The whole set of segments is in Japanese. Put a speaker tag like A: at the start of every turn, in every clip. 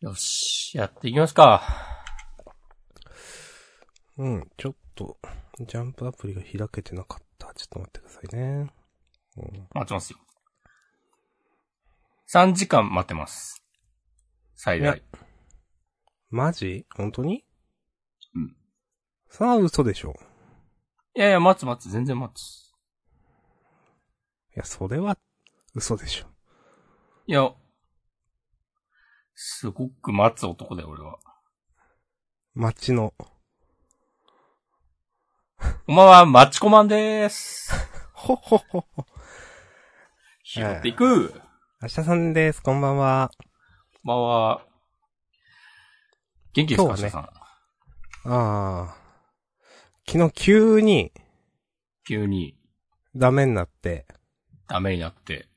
A: よし、やっていきますか。
B: うん、ちょっと、ジャンプアプリが開けてなかった。ちょっと待ってくださいね。うん、
A: 待ちますよ。3時間待ってます。最
B: い
A: 大。
B: マジ本当に
A: うん。
B: さあ、嘘でしょ。
A: いやいや、待つ待つ、全然待つ。
B: いや、それは、嘘でしょ。
A: いや、すごく待つ男だよ、俺は。
B: 街の、
A: こんばんは、マッチコマンでーす。
B: ほっほっほっほ。
A: 拾っていく。こん
B: 明日さんです。こんばんは。
A: ばんは。元気ですか、
B: 今日はね
A: 明日さん。
B: ああ。昨日急に
A: 急に
B: ダメになって、
A: ダメになって。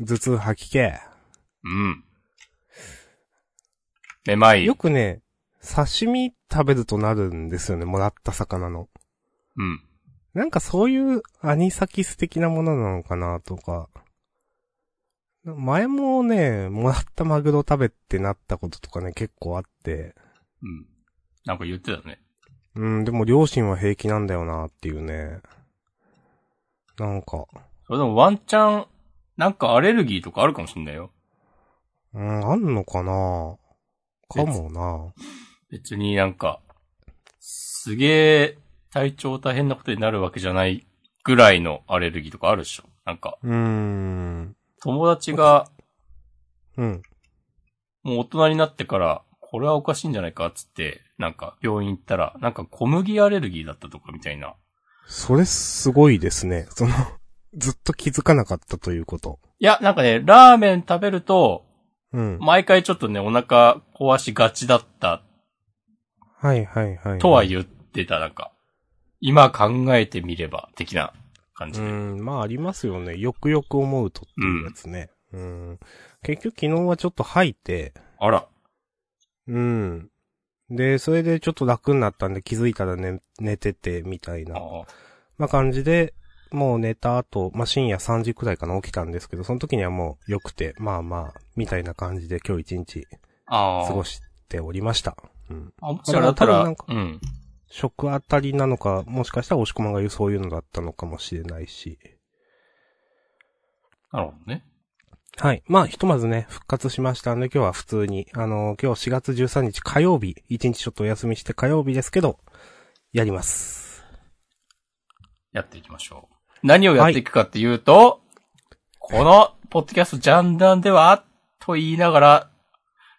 B: 頭痛吐き気。
A: うん。めまい。
B: よくね、刺身食べるとなるんですよね。もらった魚の。
A: うん。
B: なんかそういうアニサキス的なものなのかなとか。前もね、もらったマグロ食べってなったこととかね、結構あって。
A: うん。なんか言ってたね。
B: うん、でも両親は平気なんだよなっていうね。なんか、
A: それでもワンチャン、なんかアレルギーとかあるかもしんないよ。
B: うん、あんのかなかもな
A: 別になんか、すげえ体調大変なことになるわけじゃないぐらいのアレルギーとかあるでしょ。なんか、
B: うーん。
A: 友達が
B: うん。
A: もう大人になってから、これはおかしいんじゃないかっつって、なんか病院行ったら、なんか小麦アレルギーだったとかみたいな。
B: それすごいですね。その、ずっと気づかなかったということ。
A: いや、なんかね、ラーメン食べると、
B: うん。
A: 毎回ちょっとね、お腹壊しがちだった
B: はいはいはい。
A: とは
B: う。
A: 言ってた、なんか、今考えてみれば、的な感
B: う
A: じで。
B: ん、まあありますよね。よくよく思うとっていうやつね。うん。結局昨日はちょっと吐いて、
A: あら、
B: うん。で、それでちょっと楽になったんで気づいたら寝、寝ててみたい
A: あ
B: な。
A: ー
B: まあ感じで、もう寝た後、まあ深夜3時くらいかな起きたんですけど、その時にはもう良くて、まあまあ、みたいな感じで今日一日
A: あー。
B: 過ごしておりました。うん。
A: あ、もしかした
B: まあ
A: ら、
B: 多分なんか
A: うん。
B: 食あたりなのか、もしかしたら押し込まんが言うそういうのだったのかもしれないし。
A: なるほどね。
B: はい。まあ、ひとまずね、復活しましたんで、今日は普通に、あのー今日4月13日火曜日、1日ちょっとお休みして火曜日ですけど、やります。
A: やっていきましょう。何をやっていくかっていうと、この、ポッドキャストジャンダンでは、と言いながら、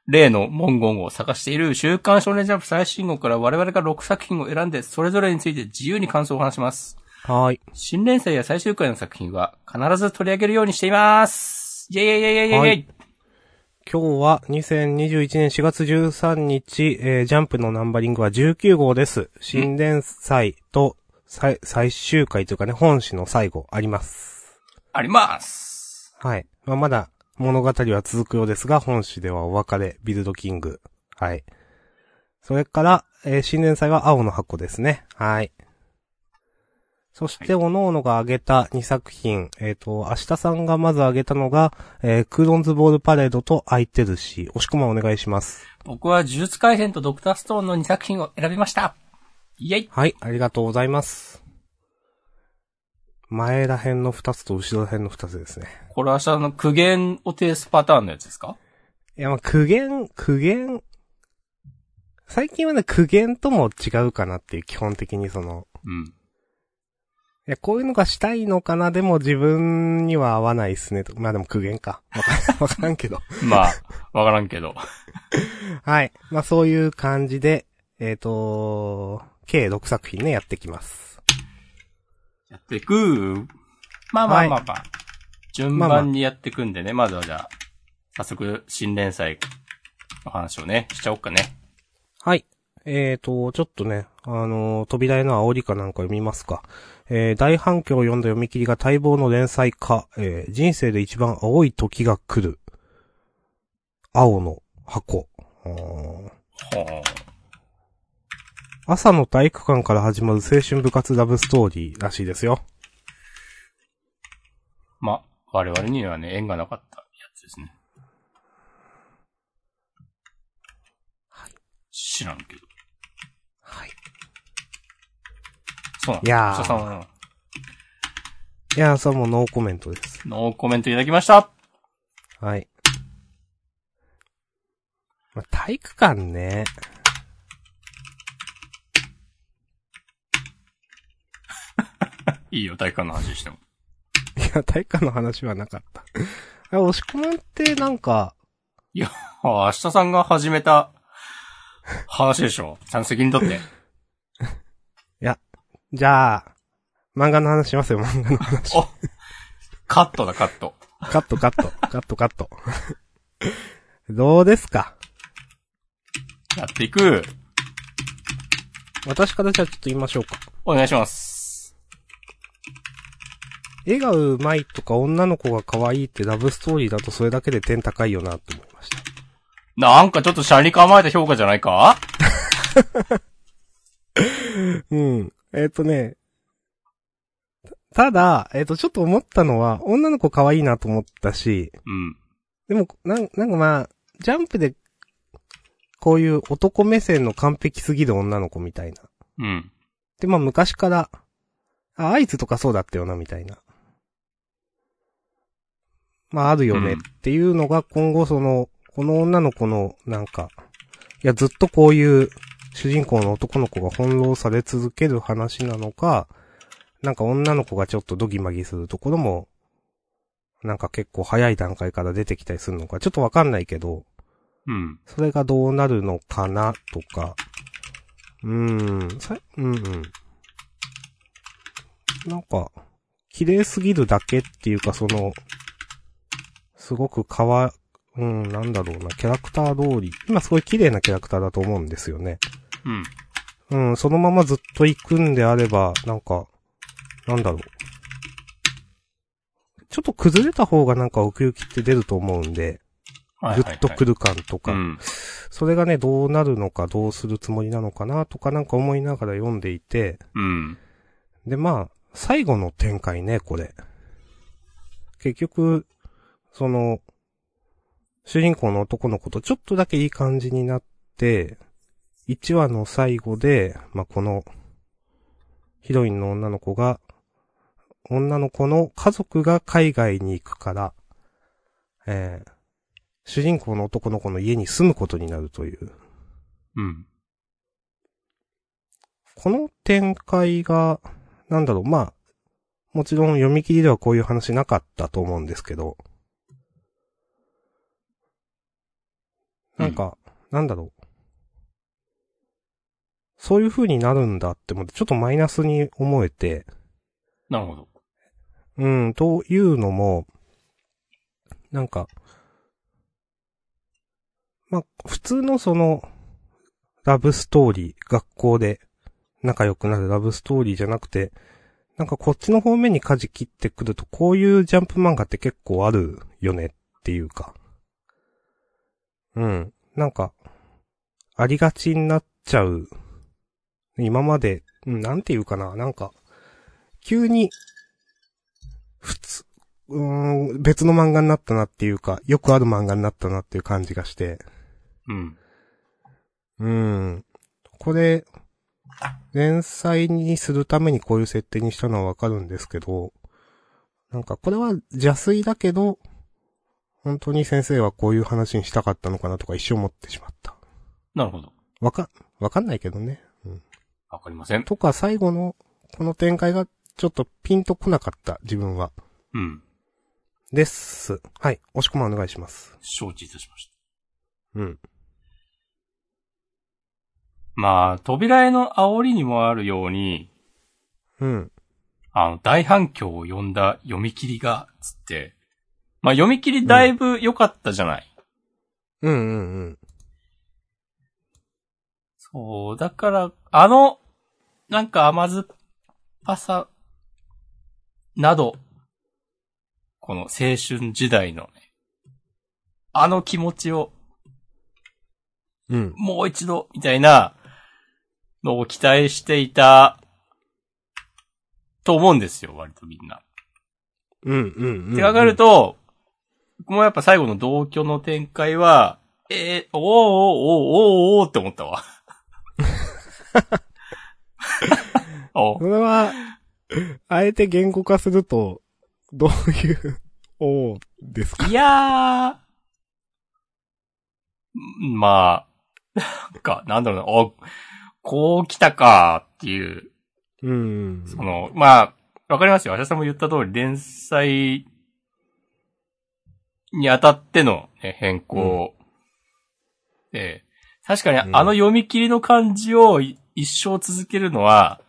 A: 例の文言を探している週刊少年ジャンプ最新号から我々が6作品を選んで、それぞれについて自由に感想を話します。
B: はーい。
A: 新連載や最終回の作品は必ず取り上げるようにしています。イェイイェイイェイイェイイェイ、
B: はい今日は2021年4月13日、えージャンプのナンバリングは19号です。新連載と最最終回というかね、本誌の最後あります。
A: あります。
B: はい。まあ、まだ物語は続くようですが、本誌ではお別れ、ビルドキング。はい。それから、えー新年祭は青の箱ですね。はい。そして、各々が挙げた2作品。えっ、と、明日さんがまず挙げたのが、えークーロンズボールパレードと空いてるし、押し込まんお願いします。
A: 僕は呪術回戦とドクターストーンの2作品を選びました。イェイ
B: はい、ありがとうございます。前ら辺の2つと後ろら辺の2つですね。
A: これは明日の苦言を提出パターンのやつですか
B: いや、まあ、苦言、苦言。最近はね、苦言とも違うかなっていう、基本的にその、
A: うん。
B: いや、こういうのがしたいのかな、でも自分には合わないっすね、と。まあでも苦言か。わかわからん けど。
A: まあ、わからんけど。
B: はい。まあそういう感じで、えっ、と計6作品ね、やってきます。
A: やっていく。まあまあまあまあ。順番にやっていくんでね。まずはじゃあ、早速、新連載の話をね、しちゃおうかね。
B: はい。えっ、と、ちょっとね、あのー扉への煽りかなんか読みますか。えー大反響を読んだ読み切りが待望の連載化。えー人生で一番青い時が来る。青の箱。あー
A: ほ
B: 朝の体育館から始まる青春部活ラブストーリーらしいですよ。
A: うまあ、我々にはね、縁がなかったやつですね。知らんけど。
B: はい。
A: そうなん
B: いやー
A: 吉田さんはうん
B: いや、それはもうノーコメントです。
A: ノーコメントいただきました。
B: はい。まあ、体育館ね。
A: いいよ、体育館の話しても。
B: いや、体育館の話はなかった。あ押し込まんってなんか、
A: ああ、明日さんが始めた話でしょ。ちゃんと責任取って。
B: じゃあ、漫画の話しますよ、漫画の話。
A: おカットだ、カット。
B: カットカット、カットカット。どうですか
A: やっていく。
B: 私からじゃあちょっと言いましょうか。
A: お願いします。
B: 絵がうまいとか女の子が可愛いってラブストーリーだとそれだけで点高いよなって思いました。
A: なんかちょっと車に構えた評価じゃないか
B: うん。えっ、とね。たただ、えっ、と、ちょっと思ったのは、女の子可愛いなと思ったし、
A: うん。
B: でも、なん、なんかまあ、ジャンプで、こういう男目線の完璧すぎる女の子みたいな。
A: うん。
B: で、まあ昔から、あ、あいつとかそうだったよな、みたいな。まああるよね、
A: うん
B: っていうのが今後その、この女の子の、なんか、いや、ずっとこういう主人公の男の子が翻弄され続ける話なのか、なんか女の子がちょっとドギマギするところも、なんか結構早い段階から出てきたりするのか、ちょっとわかんないけど、
A: うん。
B: それがどうなるのかな、とか。うーん、さ、うんうん。なんか、綺麗すぎるだけっていうか、その、すごくかわ、うん、なんだろうな、キャラクター通り。今すごい綺麗なキャラクターだと思うんですよね。
A: うん。
B: うん、そのままずっと行くんであれば、なんか、なんだろう。ちょっと崩れた方がなんか奥行きって出ると思うんで、
A: はいはい
B: ぐ
A: はい
B: っとくる感とか、
A: うん。
B: それがね、どうなるのか、どうするつもりなのかな、とかなんか思いながら読んでいて、
A: うん。
B: で、まあ、最後の展開ね、これ。結局、その、主人公の男の子とちょっとだけいい感じになって、1話の最後で、まあ、この、ヒロインの女の子が、女の子の家族が海外に行くから、えー主人公の男の子の家に住むことになるという。
A: うん。
B: この展開が、なんだろう、まあ、もちろん読み切りではこういう話なかったと思うんですけど、なんか、なんだろう。そういう風になるんだって思って、ちょっとマイナスに思えて、
A: なるほど。
B: うん、というのも、なんか、まあ、普通のその、ラブストーリー、学校で仲良くなるラブストーリーじゃなくて、なんかこっちの方面に舵切ってくると、こういうジャンプ漫画って結構あるよねっていうか。うん。なんか、ありがちになっちゃう。今まで、うんなんていうかな、なんか、急に、普通、うーん、別の漫画になったなっていうか、よくある漫画になったなっていう感じがして。
A: うん。
B: うん。これ、連載にするためにこういう設定にしたのはわかるんですけど、なんかこれは邪推だけど、本当に先生はこういう話にしたかったのかなとか一生思ってしまった。
A: なるほど。
B: わか、わかんないけどね。うん。
A: わかりません。
B: とか最後のこの展開がちょっとピンとこなかった自分は。
A: うん。
B: です。はい。押し込まんお願いします。
A: 承知いたしました。
B: うん。
A: まあ、扉絵の煽りにもあるように、
B: うん。
A: あの、大反響を呼んだ読み切りが、つって、まあ読み切りだいぶ良かったじゃない。
B: うんうんうん。
A: そう、だから、あの、なんか甘酸っぱさ、など、この青春時代のね、あの気持ちを
B: うん。
A: もう一度、みたいなのを期待していた、と思うんですよ、割とみんな。
B: うんうんうん。
A: って考えると、僕もやっぱ最後の同居の展開は、えー、おーおーおーおーおーって思ったわ。お
B: それは、あえて言語化すると、どういう、おうですか
A: いやー。んまあ、なんか、なんだろうな、お、こう来たかっていう、
B: うん。
A: その、まあ、わかりますよ。私さんも言った通り、連載にあたっての、ね、変更、で、確かに
B: うん
A: あの読み切りの感じをい一生続けるのは、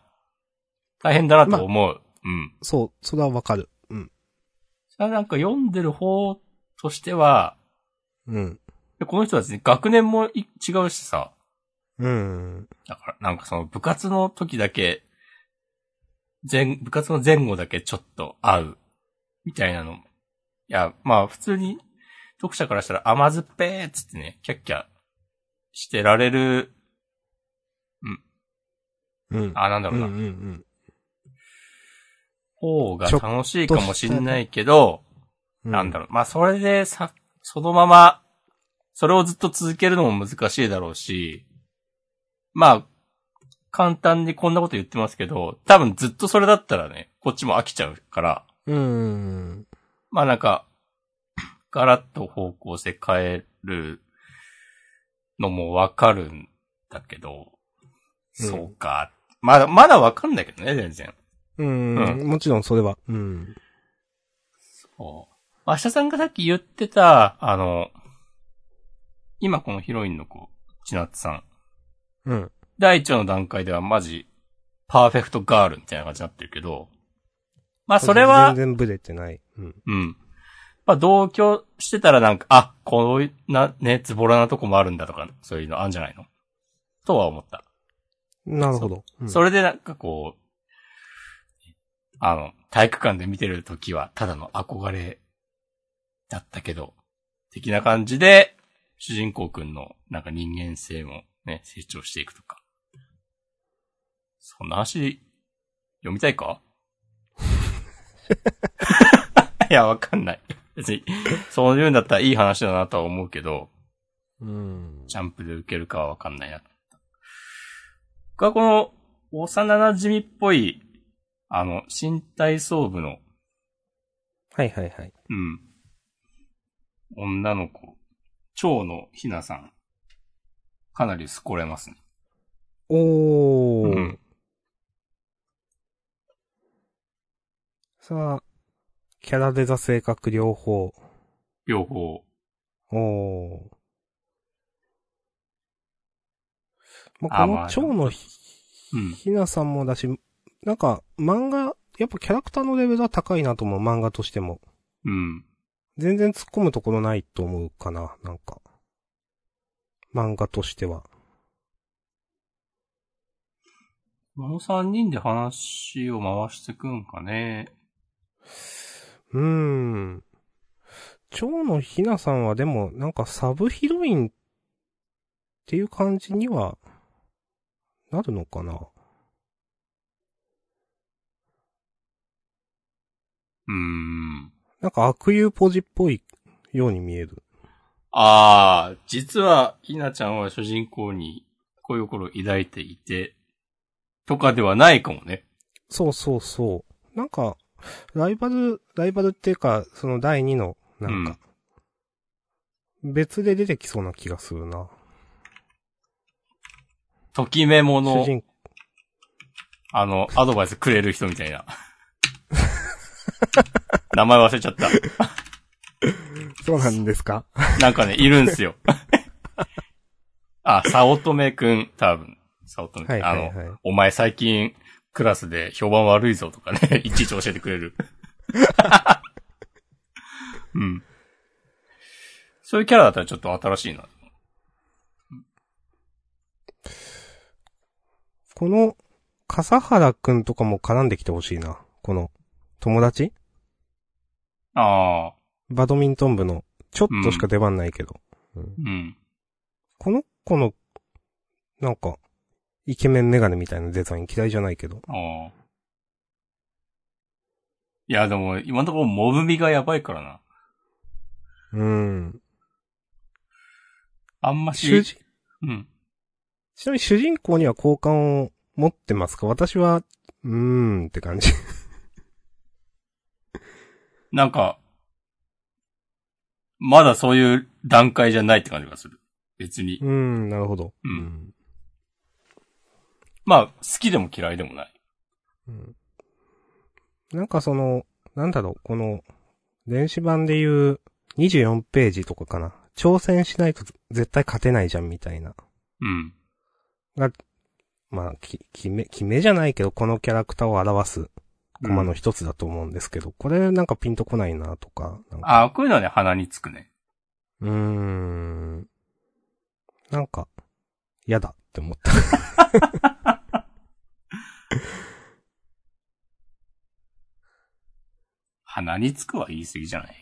A: 大変だなと思う。うん。
B: そう、それはわかる。うん。
A: それはなんか読んでる方としては、
B: うん。
A: で、この人たち学年もい違うしさ、
B: うん。
A: だからなんかその部活の時だけ、前、部活の前後だけちょっと会う、みたいなの。いや、まあ普通に読者からしたら甘酸っぱいっつってね、キャッキャしてられる、
B: うん。
A: あ、なんだろうな、
B: うんうん
A: 方が楽しいかもしんないけど、
B: うん。
A: なんだろう、まあそれでさ、そのまま、それをずっと続けるのも難しいだろうし、まあ、簡単にこんなこと言ってますけど、多分ずっとそれだったらね、こっちも飽きちゃうから、
B: う。うん。
A: まあなんか、ガラッと方向性変えるのもわかるんだけど、
B: うん
A: そうか。まだ、まだわかんないけどね、全然。
B: うん。
A: う
B: もちろんそれは。うん。
A: そう。明日さんがさっき言ってた、あの、今このヒロインの子、千夏さん。
B: うん。
A: 第一話の段階ではマジ、パーフェクトガールみたいな感じになってるけど、まあそれは
B: 全、然ブレてない。うん。
A: うん。まあ同居してたらなんか、あ、こういう、な、ね、ズボラなとこもあるんだとか、そういうのあるんじゃないのとは思った。
B: なるほど。うん
A: それでなんかこう、あの、体育館で見てるときはただの憧れだったけど、的な感じで、主人公くんのなんか人間性もね、成長していくとか。そんな話、読みたい かいや、わかんない。別に、そういうんだったらいい話だなとは思うけど、
B: うん。
A: ジャンプで受けるかはわかんないな。僕はこの、幼馴染っぽい、あの、身体操部の、
B: はいはいはい。
A: うん。女の子、蝶のひなさん。かなりすこれますね。
B: お
A: う
B: ー
A: ん。。
B: さあ、キャラデザ性格両方。
A: 両方。
B: おお。ま
A: あ
B: あ、こ
A: まあ
B: の蝶のひ
A: うん
B: ひなさんもだし、なんか漫画、やっぱキャラクターのレベルは高いなと思う、漫画としても。
A: うん。
B: 全然突っ込むところないと思うかな、なんか。漫画としては。
A: この三人で話を回してくんかね。
B: うーん。蝶のひなさんはでも、なんかサブヒロインっていう感じには、なるのかな
A: うーん。
B: なんか悪友ポジっぽいように見える。
A: ああ、実は、ひなちゃんは主人公に恋心を抱いていて、とかではないかもね。
B: そうそうそう。なんか、ライバル、ライバルっていうか、その第二の、なんか、別で出てきそうな気がするな。
A: ときめも
B: 主
A: の、
B: 人
A: あの、アドバイスくれる人みたいな。 名前忘れちゃった。
B: そうなんですか
A: なんかね、いるんすよ。 あ、早乙女くん、多分。早乙女くん。
B: はいはいはい
A: あの、お前最近、クラスで評判悪いぞとかね、い ちいち教えてくれる。うん。そういうキャラだったらちょっと新しいな。
B: この、笠原くんとかも絡んできてほしいな。この、友達
A: ああ、
B: バドミントン部の、ちょっとしか出番ないけど。
A: うん。
B: この子の、なんか、イケメンメガネみたいなデザイン嫌いじゃないけど。
A: ああ。いや、でも、今のところモブみがやばいからな。
B: うん。
A: あんまし。
B: 主人、
A: うん。
B: ちなみに主人公には好感を持ってますか私は、うーんって感じ。
A: なんか、まだそういう段階じゃないって感じがする。別に。
B: うーん、なるほど。
A: うんまあ、好きでも嫌いでもない。
B: うん。なんかその、なんだろう、この、電子版でいう24ページとかかな。挑戦しないと絶対勝てないじゃんみたいな。
A: うん。
B: まあ、き、決め、決めじゃないけど、このキャラクターを表すコマの一つだと思うんですけど、これなんかピンとこないなとか。なんか
A: ああ、こういうのはね、鼻につくね。
B: うーん。なんか、嫌だって思った。
A: 鼻につくは言い過ぎじゃない。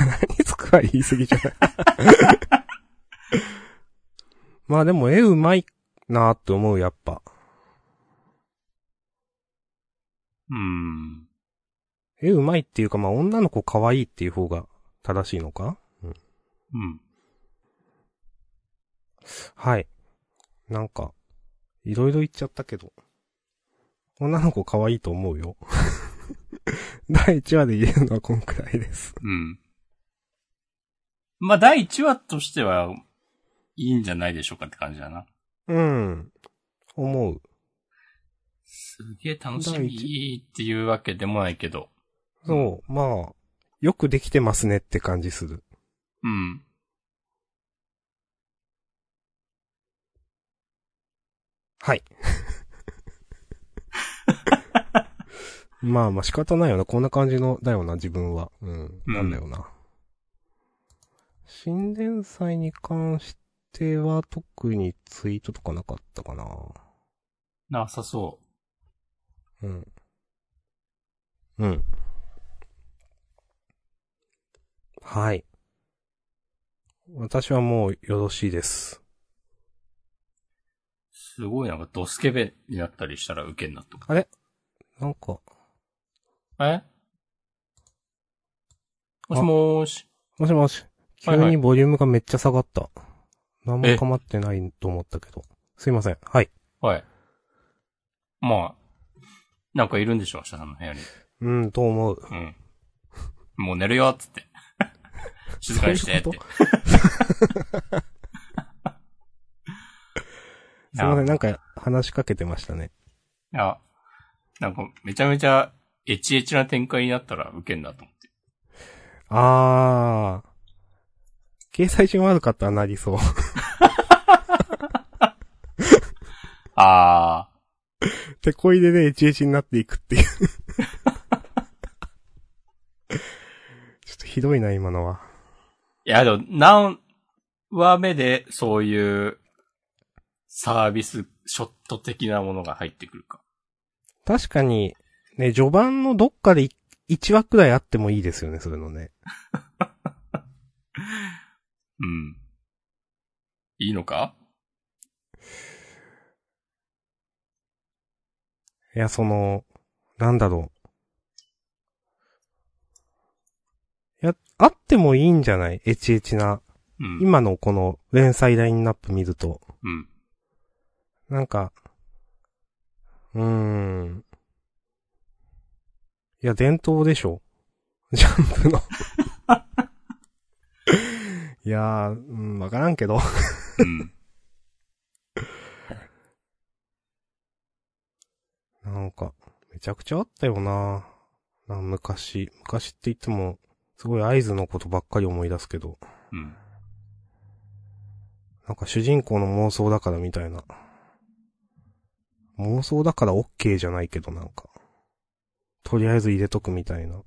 B: 何つくは言い過ぎじゃない。 まあでも絵うまいなって思う、やっぱ。
A: うーん。
B: 絵うまいっていうか、まあ女の子可愛いっていう方が正しいのか
A: うん。
B: はい。なんか、いろいろ言っちゃったけど。女の子可愛いと思うよ。 第1話で言えるのはこんくらいです。
A: うん。まあ、第1話としては、いいんじゃないでしょうかって感じだな。
B: うん。思う。
A: すげえ楽し
B: 第
A: みっていうわけでもないけど。
B: そう、まあ、よくできてますねって感じする。
A: うん。
B: はい。まあまあ仕方ないよな。こんな感じの、だよな、自分は。うん。
A: うん
B: なんだよな。新伝祭に関しては特にツイートとかなかったかな。
A: なさそう。
B: うん。うん。はい。私はもうよろしいです。
A: すごいなんかドスケベになったりしたらウケになった。
B: なんか、
A: えもしもーし。
B: もしもし。急
A: はいはい
B: にボリュームがめっちゃ下がった。何
A: え
B: も構ってないと思ったけど。すいません。はい。
A: はい。まあ、なんかいるんでしょう、下さんの部屋に。
B: うん、と思う。
A: うん。もう寝るよ、つって。 静かにして、って。
B: そ
A: す
B: ういう すいません。なんか話しかけてましたね。
A: いや、なんかめちゃめちゃエチエチな展開になったらウケんなと思って。
B: あー。掲載順悪かったらなりそう。
A: あ
B: 手こいでね、エチエチになっていくっていう。ち ょっとひどいな、今のは。
A: ー。いや、でも何話目でそういうサービスショット的なものが入ってくるか。
B: 確かに、ね、序盤のどっかで1話くらいあってもいいですよね、そういうのね。
A: うん。いいのか
B: いや、その、なんだろう。いや、あってもいいんじゃないエチエチな。
A: うん。
B: 今のこの連載ラインナップ見ると。
A: うん。
B: なんか、うーん。いや、伝統でしょ。 ジャンプの。 いやー、うん、わからんけど。
A: うん。
B: なんか、めちゃくちゃあったよななん昔、昔って言っても、すごい合図のことばっかり思い出すけど、
A: うん。
B: なんか主人公の妄想だからみたいな。妄想だから OK じゃないけどなんか。とりあえず入れとくみたいな。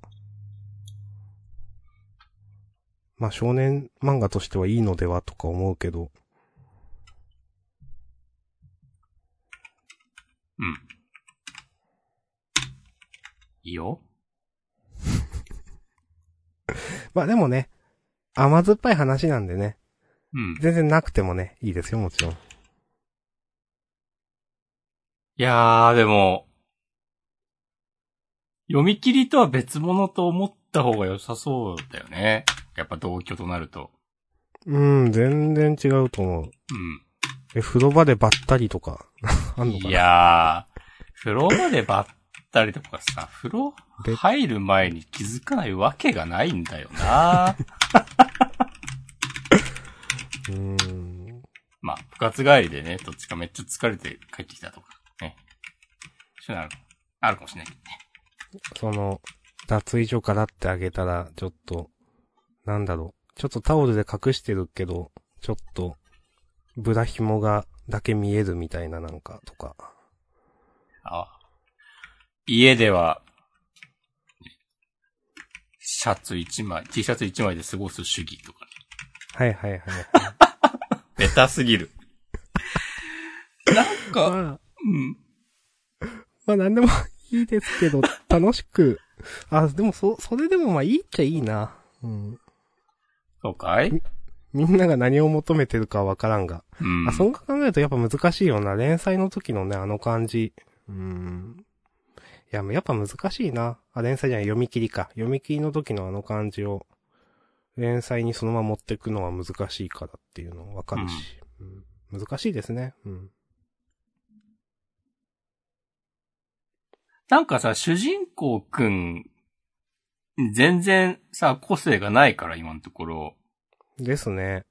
B: まあ少年漫画としてはいいのではとか思うけど、
A: うん。いいよ。
B: まあでもね、甘酸っぱい話なんでね、
A: うん。
B: 全然なくてもね、いいですよもちろん。
A: いやー、でも、読み切りとは別物と思った方が良さそうだよね。やっぱ同居となると。
B: うん、全然違うと思う。
A: うん。
B: え、風呂場でばったりとか、 あんのかない
A: やー、風呂までばったりとかさ、風呂
B: で
A: 入る前に気づかないわけがないんだよ な
B: うーん。
A: まあ、部活帰りでね、どっちかめっちゃ疲れて帰ってきたとか、ね。そういうのあるあるかもしれないけどね。
B: その、脱衣所からってあげたら、ちょっと、なんだろう。ちょっとタオルで隠してるけど、ちょっと、ブラ紐が、だけ見えるみたいななんか、とか。
A: あ家では、シャツ1枚、T シャツ1枚で過ごす主義とかね、
B: はいはいはいはい。
A: ベタすぎる。なんか、
B: まあ、
A: うん。
B: まあなんでもいいですけど、楽しく。あ、でもそ、それでもまあいいっちゃいいな。うん。
A: そうかい
B: みんなが何を求めてるかはわからんが。
A: うん。
B: あ、そう考えるとやっぱ難しいよな。連載の時のね、あの感じ。うん。いや、やっぱ難しいな。あ、連載じゃない、読み切りか。読み切りの時のあの感じを、連載にそのまま持ってくのは難しいからっていうのわかるし、うん難しいですね。うん。
A: なんかさ、主人公くん、全然さ、個性がないから、今のところ。
B: ですね。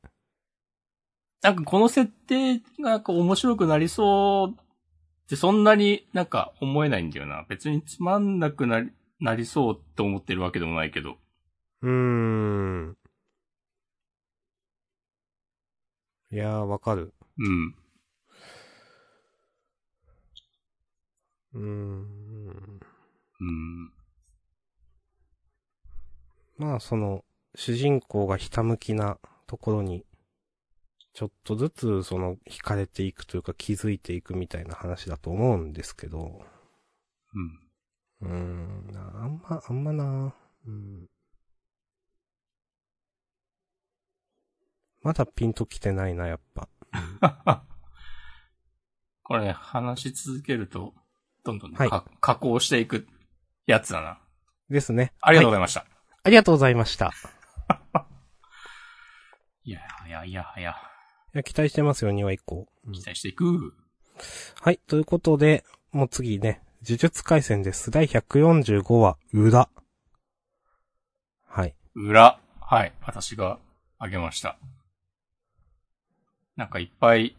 A: なんかこの設定がなんか面白くなりそうってそんなになんか思えないんだよな。別につまんなくなり、なりそうって思ってるわけでもないけど。
B: うーん。いやー、わかる。
A: うん。
B: うーん。
A: うん。
B: まあその、主人公がひたむきなところに、ちょっとずつその、惹かれていくというか気づいていくみたいな話だと思うんですけど、
A: うん。
B: うーん、あんま、あんまな、うん。まだピンときてないな、やっぱ。
A: これね、話し続けると、どんどんね、
B: はい
A: か加工していくやつだな。
B: ですね。
A: ありがとうござ
B: はい
A: いました。
B: ありがとうございました。
A: い、やいやいやいや、
B: いや期待してますよ、2話以降。うん
A: 期待していく。
B: はい、ということで、もう次ね、呪術回戦です。第145話、裏。はい。
A: 裏。はい。私があげました。なんかいっぱい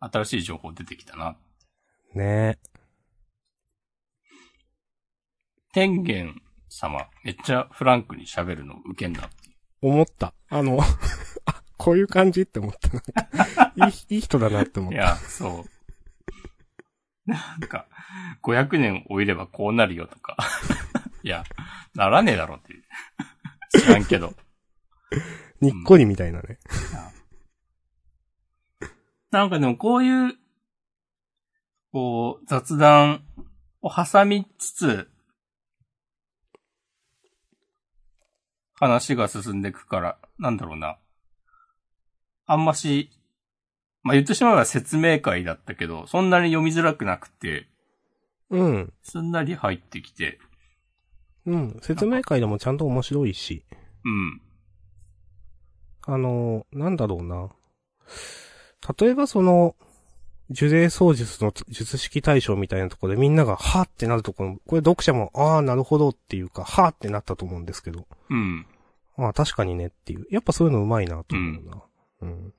A: 新しい情報出てきたな。
B: ね
A: 天元様、めっちゃフランクに喋るの受けんな。
B: え。思った。あの、 あ、こういう感じって思った。なんかいい、いい人だなって思っ
A: い
B: た。
A: や、そう。なんか、500年老いればこうなるよとか。 いや、ならねえだろっていう。知らんけど。
B: にっこりみたいなね。
A: なんかでもこういう、こう、雑談を挟みつつ、話が進んでいくから、なんだろうな。あんまし、まあ、言ってしまえば説明会だったけど、そんなに読みづらくなくて、
B: うん。
A: すんなり入ってきて、
B: うん。説明会でもちゃんと面白いし。
A: うん、
B: あの、なんだろうな。例えばその、呪霊操術の術式対象みたいなところでみんなが、はーってなるところ、これ読者も、あーなるほどっていうか、はーってなったと思うんですけど、
A: うん、
B: ああ、確かにねっていう。やっぱそういうのうまいなと思うな。うん。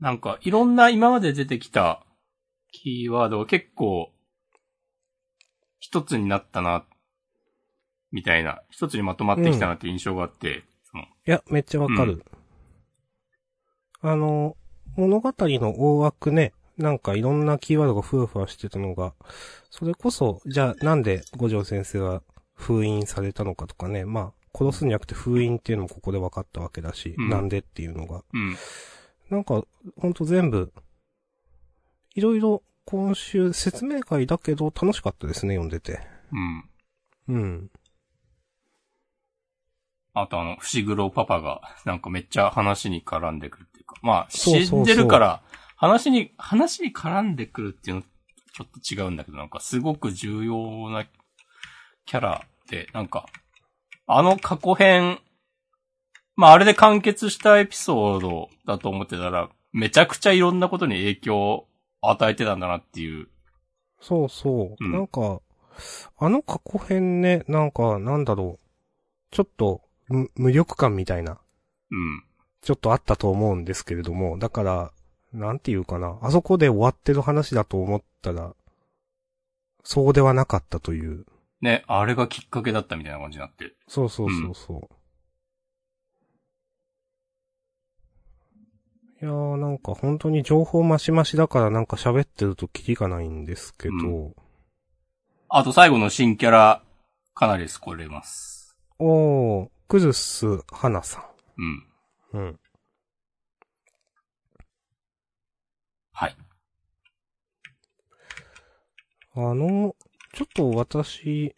A: なんか、いろんな今まで出てきたキーワードが結構、一つになったな、みたいな、一つにまとまってきたなって印象があって、その
B: いや、めっちゃわかる。あの、物語の大枠ね、なんかいろんなキーワードがふわふわしてたのが、それこそ、じゃあなんで五条先生は封印されたのかとかね、まあ、殺すんじゃなくて封印っていうのもここで分かったわけだし、
A: うん
B: なんでっていうのが。
A: うん、
B: なんか、ほんと全部、いろいろ今週説明会だけど楽しかったですね、読んでて。
A: うん。
B: うん。
A: あとあの、伏黒パパが、なんかめっちゃ話に絡んでくるっていうか、まあ、
B: そうそう
A: 死
B: そうん
A: でるから、話に、話に絡んでくるっていうの、ちょっと違うんだけど、なんかすごく重要なキャラで、なんか、あの過去編まあ、あれで完結したエピソードだと思ってたら、めちゃくちゃいろんなことに影響を与えてたんだなっていう。
B: そうそう。
A: うん
B: なんか、あの過去編ね、なんか、なんだろう。ちょっと、む無力感みたいな、
A: うん。
B: ちょっとあったと思うんですけれども、だから、なんていうかな。あそこで終わってる話だと思ったら、そうではなかったという。
A: ね、あれがきっかけだったみたいな感じになってる。
B: そうそうそうそう。いやーなんか本当に情報マシマシだからなんか喋ってるとキリがないんですけど、
A: あと最後の新キャラ、かなりこれます。
B: おー、クズス・ハナさ
A: うん。
B: ん。うん。
A: はい。
B: あの、ちょっと私、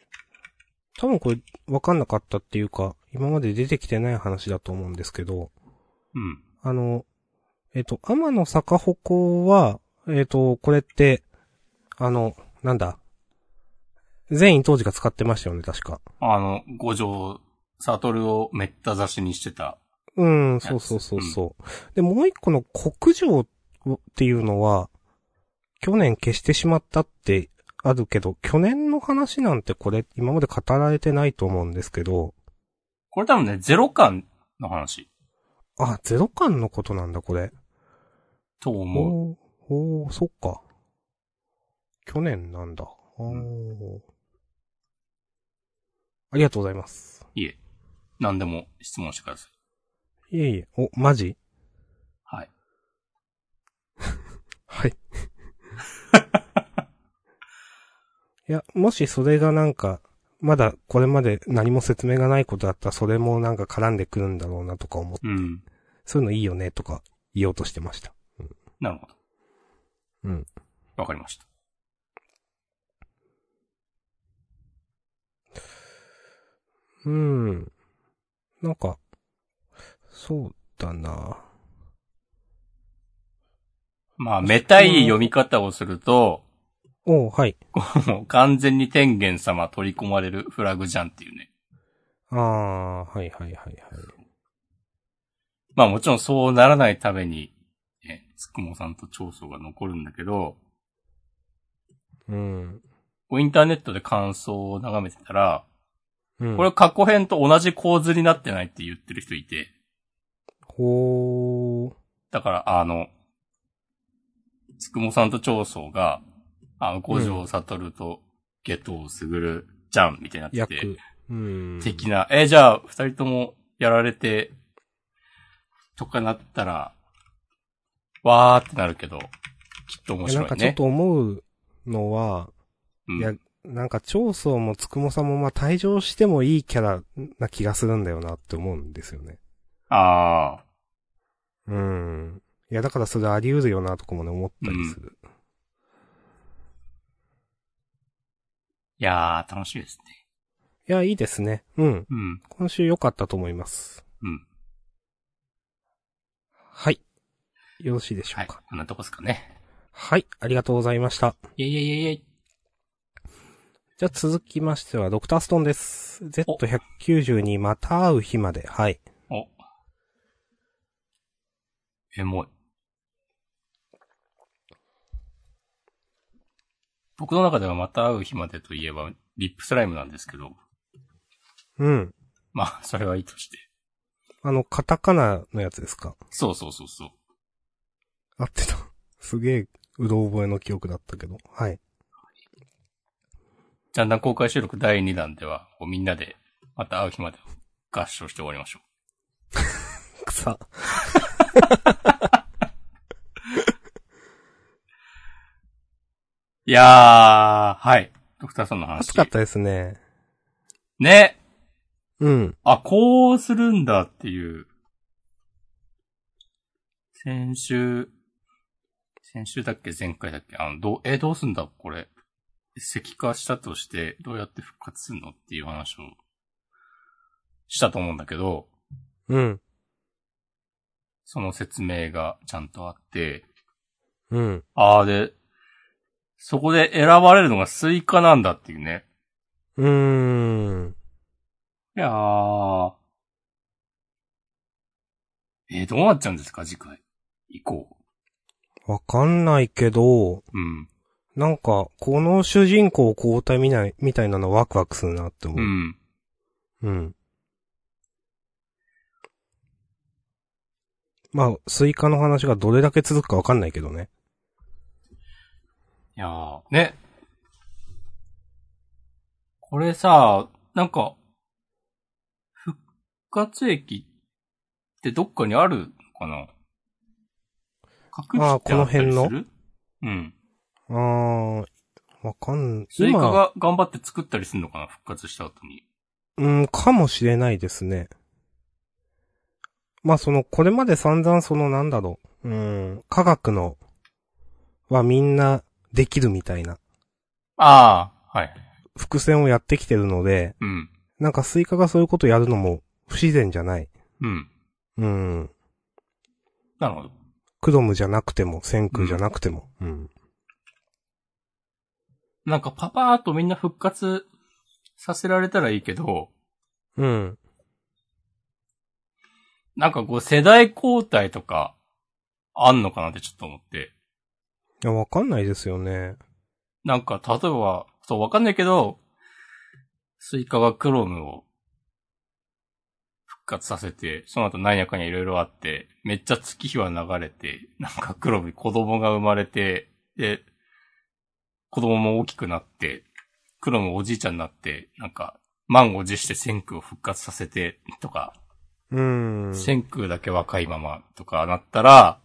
B: 多分これ分かんなかったっていうか、今まで出てきてない話だと思うんですけど、
A: うん。
B: あの、えっ、と、天の坂鉾は、えっ、と、これって、あの、なんだ、善意当時が使ってましたよね、確か。
A: あの、五条、サトルをめった刺しにしてた。
B: うん、そうそうそうそう。で、もう一個の国城っていうのは、去年消してしまったってあるけど、去年の話なんてこれ今まで語られてないと思うんですけど、
A: これ多分ね、ゼロ感の話。
B: あ、ゼロ感のことなんだこれ。
A: と思う。
B: おーおーそっか。去年なんだ。おーありがとうございます。
A: いえ。何でも質問してください。
B: いえいえ、お、マジ
A: はい。
B: はい。いや、もしそれがなんか、まだこれまで何も説明がないことだったら、それもなんか絡んでくるんだろうなとか思って、
A: うん。
B: そういうのいいよねとか言おうとしてました。
A: なるほど。
B: うん。
A: わかりました。
B: うん。なんか、そうだな。
A: まあ、めたい読み方をすると、
B: おうはい。
A: もう完全に天元様取り込まれるフラグじゃんっていうね。
B: ああ、はいはいはいはい。
A: まあもちろんそうならないために、ね、つくもさんと長宗が残るんだけど、
B: うん。
A: こうインターネットで感想を眺めてたら、
B: うん、
A: これ過去編と同じ構図になってないって言ってる人いて、
B: ほー。
A: だからあの、つくもさんと長宗が、あの、五条悟と下等すぐるじゃんみたいになってて、
B: 役。うん。
A: 的な、え、じゃあ二人ともやられて、とかなったら、わーってなるけど、きっと面
B: いや
A: 白
B: なんか
A: い
B: ちょっ
A: ね。
B: と思うのは、
A: うん
B: いやなんか長宗もつくもさんもまあ退場してもいいキャラな気がするんだよなって思うんですよね。
A: ああ。
B: うん。いやだからそれあり得るよなとかもね思ったりする。
A: いやー、楽しいですね。
B: いや、いいですね。うん。
A: うん。
B: 今週良かったと思います。
A: うん。
B: はい。よろしいでしょ
A: は
B: う
A: い
B: か。。
A: こんなとこですかね。
B: はい、ありがとうございました。
A: いやいやいやいや
B: じゃあ続きましては、ドクターストーンです。
A: お
B: Z192 また会う日まで。はい。
A: お。エモい。僕の中ではまた会う日までといえば、リップスライムなんですけど、
B: うん。
A: まあ、 それはいいとして。
B: あの、カタカナのやつですか
A: そうそうそうそう。
B: 合ってた。 すげえ、うろ覚えの記憶だったけど。はい。
A: じゃんだん公開収録第2弾では、こうみんなで、また会う日までを合唱して終わりましょ
B: くさ。
A: う。いやー、はい。ドクターさんの話。
B: 暑かったですね。
A: ね。
B: うん。
A: あ、こうするんだっていう。先週、先週だっけ前回だっけあの、どう、え、どうすんだこれ。石化したとして、どうやって復活するのっていう話をしたと思うんだけど、
B: うん。
A: その説明がちゃんとあって、
B: うん。
A: ああ、で、そこで選ばれるのがスイカなんだっていうね。
B: うーん。
A: いやー。えー、どうなっちゃうんですか次回。以降。
B: わかんないけ
A: う
B: ど、
A: ん。
B: なんか、この主人公交代みない、みたいなのワクワクするなって思
A: う
B: う。
A: ん。
B: うん。まあ、スイカの話がどれだけ続くかわかんないけどね。
A: いやー、ね。これさ、なんか、復活駅ってどっかにあるのかな各地
B: あー
A: ってあったり
B: この辺の
A: するうん。
B: あー、わかん、
A: スイカ
B: 今、
A: が頑張って作ったりするのかな復活した後に。
B: うん、かもしれないですね。まあ、その、これまで散々その、なんだろう、うん、科学の、はみんなできるみたいな、
A: ああ、はい。
B: 伏線をやってきてるので、
A: うん。
B: なんかスイカがそういうことやるのも不自然じゃない。
A: うん。
B: うん。
A: なるほど。
B: クドムじゃなくても、先空じゃなくても。うん。
A: なんかパパーっとみんな復活させられたらいいけど、
B: うん。
A: なんかこう世代交代とか、あんのかなってちょっと思って。
B: いや、わかんないですよね。
A: なんか、例えば、そう、わかんないけど、スイカがクロームを復活させて、その後何やかにいろいろあって、めっちゃ月日は流れて、なんかクロームに子供が生まれて、で、子供も大きくなって、クロームおじいちゃんになって、なんか、満を持して千空を復活させて、とか、
B: うん。
A: 千空だけ若いままとかなったら、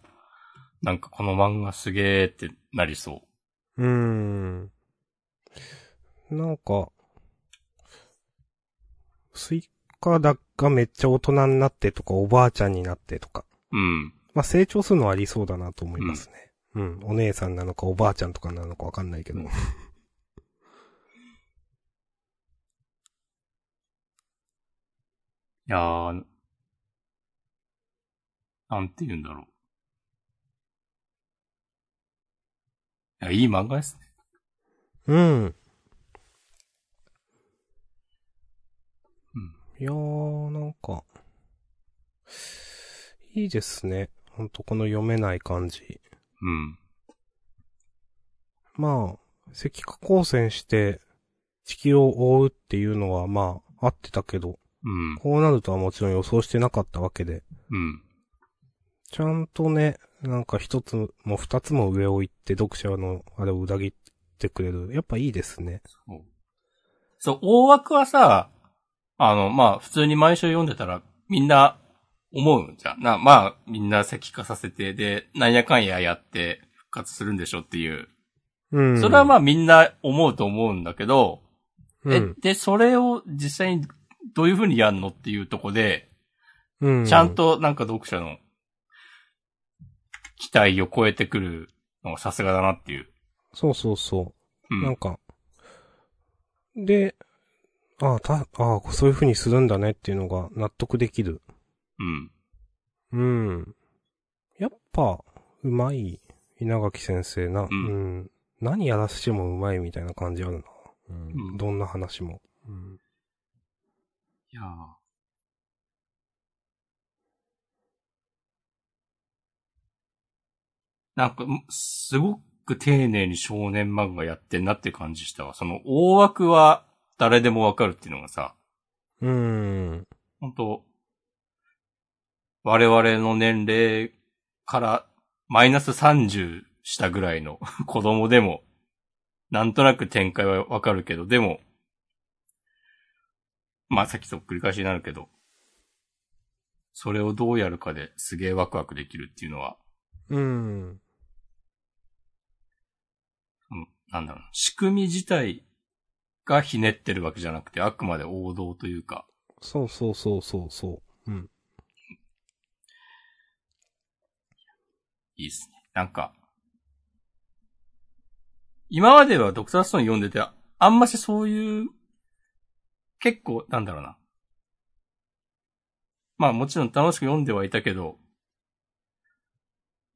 A: なんかこの漫画すげーってなりそう。
B: うん。なんか、スイカだがめっちゃ大人になってとか、おばあちゃんになってとか。
A: うん。
B: まあ、成長するのはありそうだなと思いますね。うん。お姉さんなのかおばあちゃんとかなのかわかんないけど。
A: うんいやー、なんて言うんだろう。いや、いい漫画ですね。
B: うん。
A: うん
B: いやー、なんか、いいですね。ほんと、この読めない感じ。
A: うん。
B: まあ、石化光線して、地球を覆うっていうのは、まあ、合ってたけど、
A: うん。
B: こうなるとはもちろん予想してなかったわけで、
A: うん。
B: ちゃんとね、なんか一つも二つも上を行って読者のあれを裏切ってくれる。やっぱいいですね。
A: そう。そう、大枠はさ、あの、まあ、普通に毎週読んでたら、みんな、思うじゃん。な、まあ、みんな石化させて、で、なんやかんややって、復活するんでしょっていう。
B: うん。
A: それはま
B: あ、
A: あ、みんな思うと思うんだけど、
B: う
A: え
B: ん、、
A: で、それを実際にどういう風にやんのっていうとこで、
B: うん、
A: ちゃん。となんか読者の期待を超えてくるのがさすがだなっていう。
B: そうそうそうう。なん
A: ん。
B: か、で、ああ、た、ああ、そういう風にするんだねっていうのが納得できる。
A: うん。
B: うん。やっぱ、うまい、稲垣先生な、
A: うん
B: うん。何やらしてもうまいみたいな感じあるな。
A: うん
B: どんな話も。うん
A: いやーなんか、すごく丁寧に少年漫画やってんなって感じしたわ。その大枠は誰でもわかるっていうのがさ、
B: うーん。
A: 本当我々の年齢からマイナス30したぐらいの 子供でも、なんとなく展開はわかるけど、でも、まあさっきと繰り返しになるけど、それをどうやるかですげえワクワクできるっていうのは、
B: うーん。
A: うんなんだろうな、仕組み自体がひねってるわけじゃなくて、あくまで王道というか、
B: そうそうそうそうそう。うん。
A: いいですね。なんか、今まではドクターストーン読んでて、あんましそういう、結構、なんだろうな。まあもちろん楽しく読んではいたけど、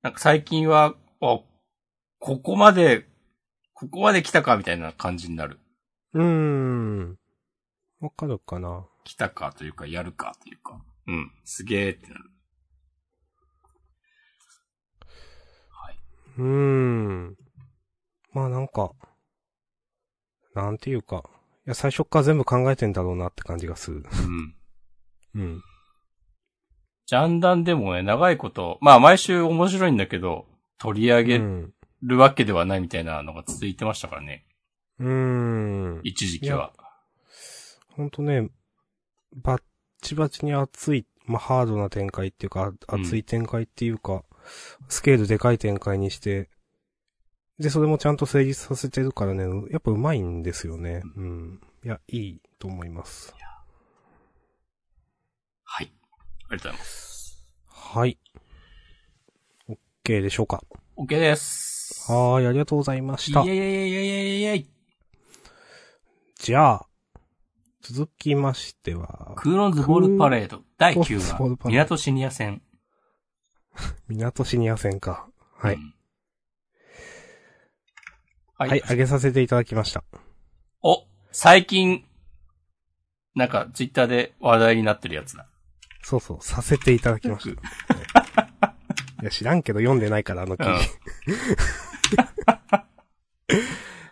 A: なんか最近は、あ、ここまで、ここまで来たかみたいな感じになる。
B: うーん。わかるかな
A: 来たかというか、やるかというか。うん、すげえってなる。
B: うーん。まあなんか、なんていうか、いや、最初っから全部考えてんだろうなって感じがする。
A: うん。
B: うん。
A: ジャンダンでもね、長いこと、まあ毎週面白いんだけど、取り上
B: う
A: げ
B: ん。
A: るわけではないみたいなのが続いてましたからね。
B: うーん。
A: 一時期は。
B: ほんとね、バッチバチに熱い、まあハードな展開っていうか、あ
A: うん
B: 熱い展開っていうか、スケールでかい展開にして、で、それもちゃんと成立させてるからね、やっぱうまいんですよね。うん。いや、いいと思います。
A: はい。ありがとうございます。
B: はい。OK でしょうか。
A: OK です。
B: はーい、ありがとうございました
A: イ。ェイイェイイェイイェイイェイイェイ
B: じゃあ、続きましては、
A: クーロンズボールパレード第
B: クーロンズボール
A: 9
B: パ
A: 話、
B: レード
A: 港シニア戦。
B: 港シニア戦か。はい。
A: うん。はい。
B: はい、あげさせていただきました。
A: お、最近、なんか、ツイッターで話題になってるやつだ。
B: そうそう、させていただきました。いや、知らんけど読んでないから、あの記事。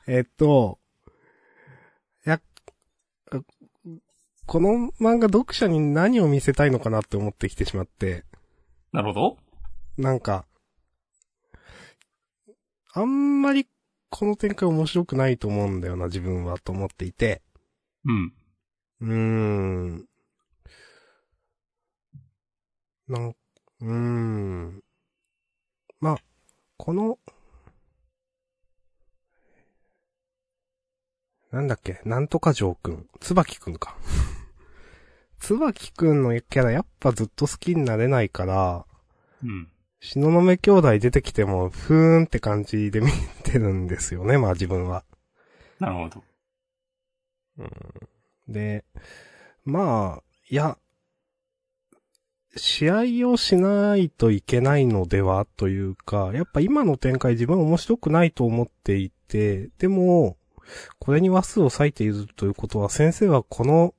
B: えっと、いや、この漫画読者に何を見せたいのかなって思ってきてしまって、
A: なるほど。
B: なんか、あんまりこの展開面白くないと思うんだよな、自分はと思っていて、
A: うん。
B: うーん。なん、うーん。まあ、この、なんだっけ、なんとか城くん、つばきくんか。 つばきくんのキャラやっぱずっと好きになれないから、
A: うん。
B: 東雲兄弟出てきても、ふーんって感じで見てるんですよね、まあ自分は。
A: なるほど。
B: で、まあ、いや、試合をしないといけないのではというか、やっぱ今の展開自分は面白くないと思っていて、でも、これに話数を割いているということは、先生はこの、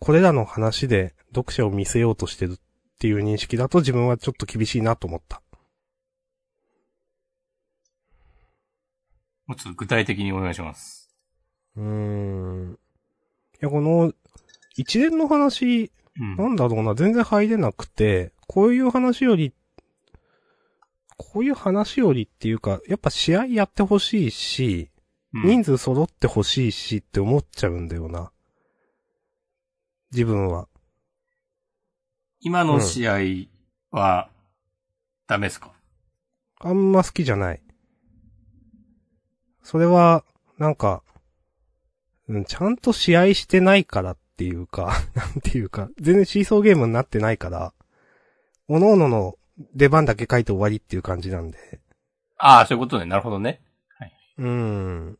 B: これらの話で読者を見せようとしてるっていう認識だと自分はちょっと厳しいなと思った。
A: もうちょっと具体的にお願いします。
B: うーん。いや、この、一連の話、
A: うん。
B: なんだろうな、全然入れなくて、こういう話より、こういう話よりっていうか、やっぱ試合やってほしいし、
A: うん
B: 人数揃ってほしいしって思っちゃうんだよな。自分は。
A: 今の試合は、ダメですか
B: あんま好きじゃない。それは、なんか、うん、ちゃんと試合してないからっていうか、 なんていうか、全然シーソーゲームになってないから、各々の出番だけ書いて終わりっていう感じなんで。
A: ああ、そういうことね。なるほどね。
B: うん。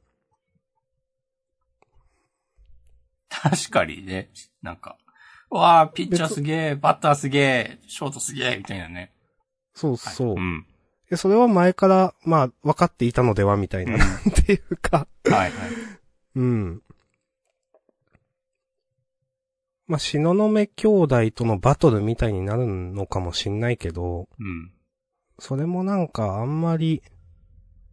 A: 確かにね。なんか、わあ、ピッチャーすげえ、バッターすげえ、ショートすげえ、みたいなね。
B: そうそ
A: う
B: う。
A: ん。
B: でそれは前から、まあ、分かっていたのでは、みたいな、
A: うん
B: なん ていうか、
A: はいはい。
B: うん。まあ、東雲兄弟とのバトルみたいになるのかもしんないけど、
A: うん。
B: それもなんかあんまり、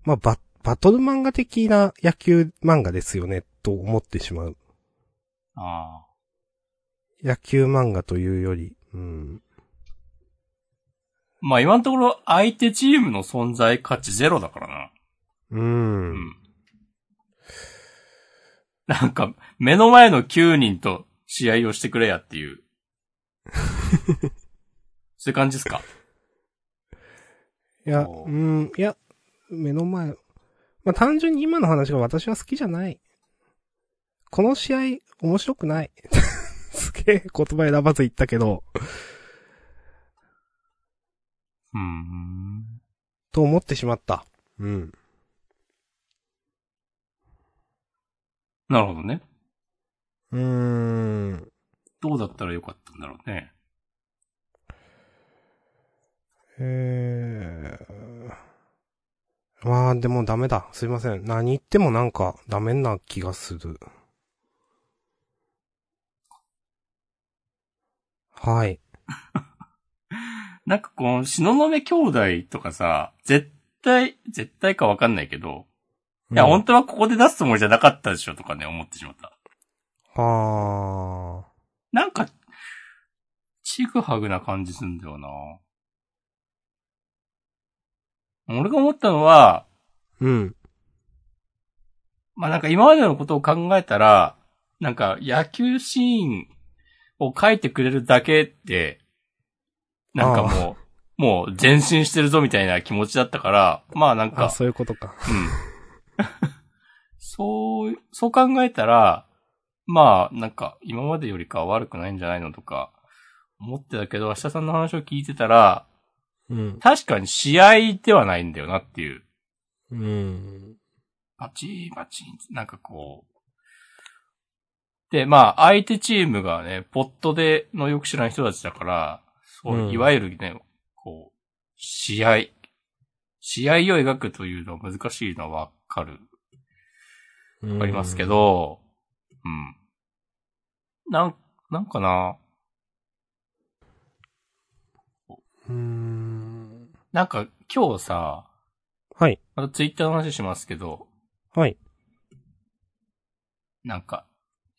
B: まあ、バ、バトル漫画的な野球漫画ですよね、と思ってしまう。
A: ああ。
B: 野球漫画というより、うん。
A: まあ今のところ、相手チームの存在価値ゼロだからな。
B: う。
A: うんん。なんか、目の前の9人と試合をしてくれやって いう。そういう感じですか
B: いや、
A: お
B: う、
A: うん
B: いや、目の前。まあ、単純に今の話が私は好きじゃない。この試合、面白くない。 すげえ言葉選ばず言ったけど、
A: うん。
B: と思ってしまった。うん。
A: なるほどね。
B: うーん。
A: どうだったらよかったんだろうね。
B: えー。まあ、でもダメだ。すいません。何言ってもなんかダメな気がする。はい。
A: なんかこの、東雲兄弟とかさ、絶対、絶対かわかんないけど、いや、本当はここで出すつもりじゃなかったでしょとかね、思ってしまった。
B: 当ああ。
A: なんか、ちぐはぐな感じすんだよな。俺が思ったのは、
B: うん。
A: まあなんか今までのことを考えたら、なんか野球シーンを書いてくれるだけで、なんかもう、もう前進してるぞみたいな気持ちだったから、まあなん
B: あ、
A: か、
B: そういうことか。
A: うん。そう、そう考えたら、まあ、なんか、今までよりかは悪くないんじゃないのとか、思ってたけど、明日さんの話を聞いてたら、
B: うん。
A: 確かに試合ではないんだよなっていう。
B: うん。
A: バチンバチン、なんかこう。で、まあ、相手チームがね、ポットでのよく知らない人たちだから、そう、
B: うん
A: いわゆるね、こう、試合、試合を描くというのは難しいのはわかる
B: わ
A: わかりますけ。ど、うん。なん、なんかな、
B: うん。
A: なんか今日さ、
B: はい。
A: またツイッターの話しますけど、
B: はい。
A: なんか、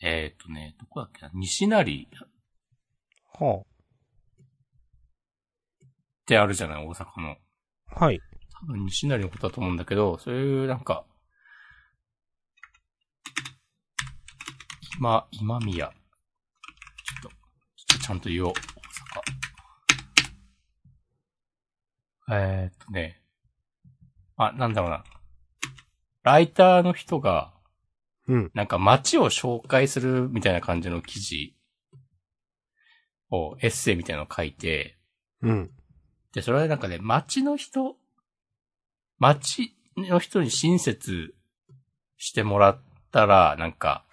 A: えっ、ー、とね、どこだっけな、西成っ
B: は
A: てあるじゃない、大阪の。
B: あ。はい。
A: 多分西成のことだと思うんだけど、そういうなんか、今、今宮。ちょっと、ちょっとちゃんと言おう、大阪。えー、っとね、あ、なんだろうな。ライターの人が、
B: うん。
A: なんか街を紹介するみたいな感じの記事を、エッセイみたいなのを書いて、
B: うん。
A: で、それはなんかね、町の人、町の人に親切してもらったら、なんか、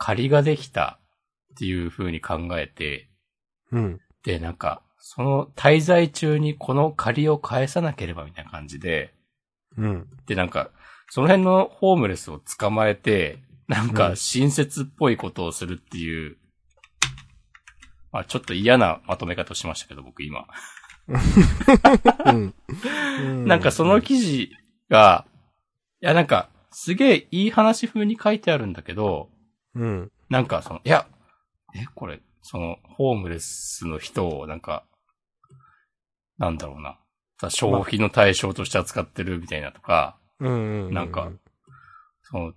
A: 借りができたっていう風に考えて、
B: うん。
A: で、なんか、その滞在中にこの借りを返さなければみたいな感じで、
B: うん。
A: で、なんか、その辺のホームレスを捕まえて、なん
B: う
A: か
B: ん
A: 親切っぽいことをするっていう、まあちょっと嫌なまとめ方をしましたけど、僕今。
B: うん。
A: なんかその記事が、いやなんか、すげえいい話風に書いてあるんだけど、
B: うん。
A: なんかその、いや、え、これ、その、ホームレスの人を、なんか、なんだろうな、さ消費の対象として扱ってるみたいなとか、
B: うん。
A: なんか、その、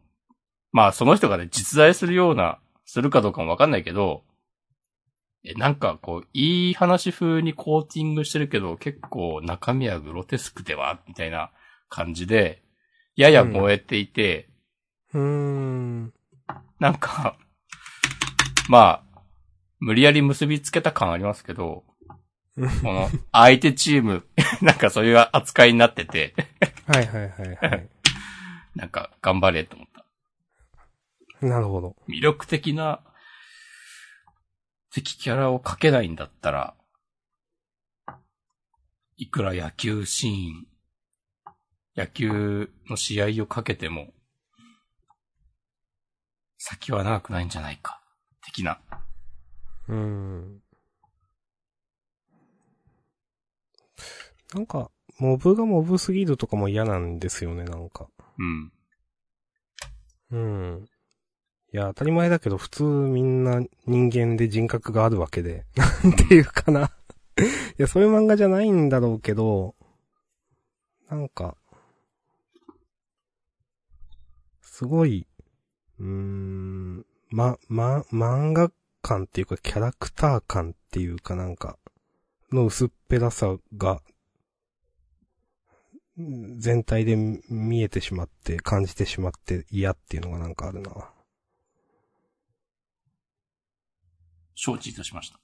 A: まあその人がね、実在するような、するかどうかもわかんないけど、え、なんかこう、いい話風にコーティングしてるけど、結構中身はグロテスクでは、みたいな感じで、やや燃えていて、
B: うん。
A: なんか、まあ、無理やり結びつけた感ありますけ ど、
B: うん
A: この、相手チーム、 なんかそういう扱いになってて、
B: はいはいはい はい。
A: なんか頑張れと思った。
B: なるほど。
A: 魅力的な敵キャラを描けないんだったら、いくら野球シーン、野球の試合をかけても、先は長くないんじゃないか、的な。
B: うん。なんか、モブがモブすぎるとかも嫌なんですよね、なんか。
A: うん。
B: うん。いや、当たり前だけど、普通みんな人間で人格があるわけで。なんていうかな。いや、そういう漫画じゃないんだろうけど、なんか、すごい、うーん、ま、ま、漫画感っていうか、キャラクター感っていうかなんか、の薄っぺらさが、全体で見えてしまって、感じてしまって嫌っていうのがなんかあるな。
A: 承知いたしました。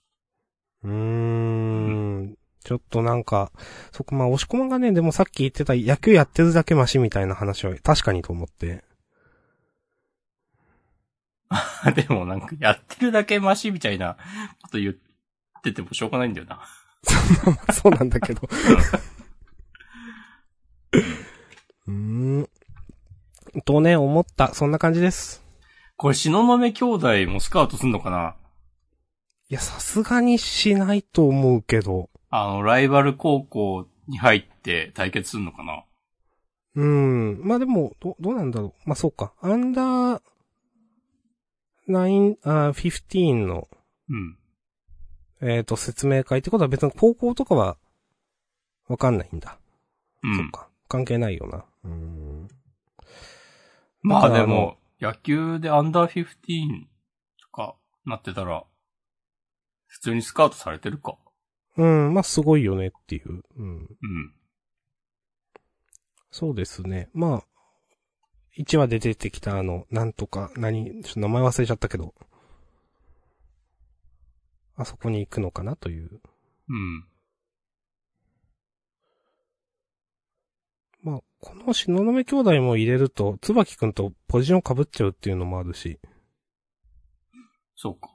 B: うーん。ちょっとなんか、そこまあ、押し込まんがね、でもさっき言ってた野球やってるだけマシみたいな話を確かにと思って。
A: でもなんかやってるだけマシみたいなこと言っててもしょうがないんだよな。
B: そうなんだけど。うーん。とね、思った。そんな感じです。
A: これ、東雲兄弟もスカウトすんのかない
B: や、さすがにしないと思うけど。
A: あの、ライバル高校に入って対決するのかな
B: うん。まあでも、ど、どうなんだろう。まあそうか。アンダー、ナイン、あー、フィフティーンの、
A: うん。
B: えっ、と、説明会ってことは別に高校とかは、わかんないんだ。
A: う
B: そっ
A: ん。
B: か。関係ないよな。うん。
A: まあ
B: だから
A: で
B: あの
A: も、野球でアンダーフィフティーンとかなってたら、普通にスカウトされてるか。
B: うん、まあすごいよねっていう。うん。
A: うん。
B: そうですね。まあ、1話で出てきたあの、なんとか、何、ちょっと名前忘れちゃったけど、あそこに行くのかなという。
A: うん。
B: まあ、この東雲兄弟も入れると、椿くんとポジション被っちゃうっていうのもあるし。
A: そうか。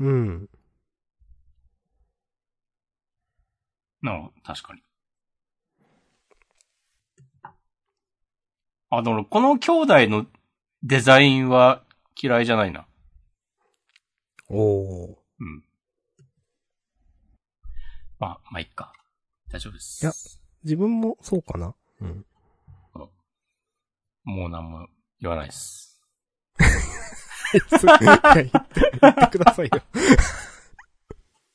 B: うん。
A: なるほど、確かに。あ、でもこの兄弟のデザインは嫌いじゃないな。
B: おー。
A: うん。まあ、まあ、いっか。大丈夫です。
B: いや自分もそうかな。うん。
A: もう何も言わないです。
B: いや言って言ってくださいよ。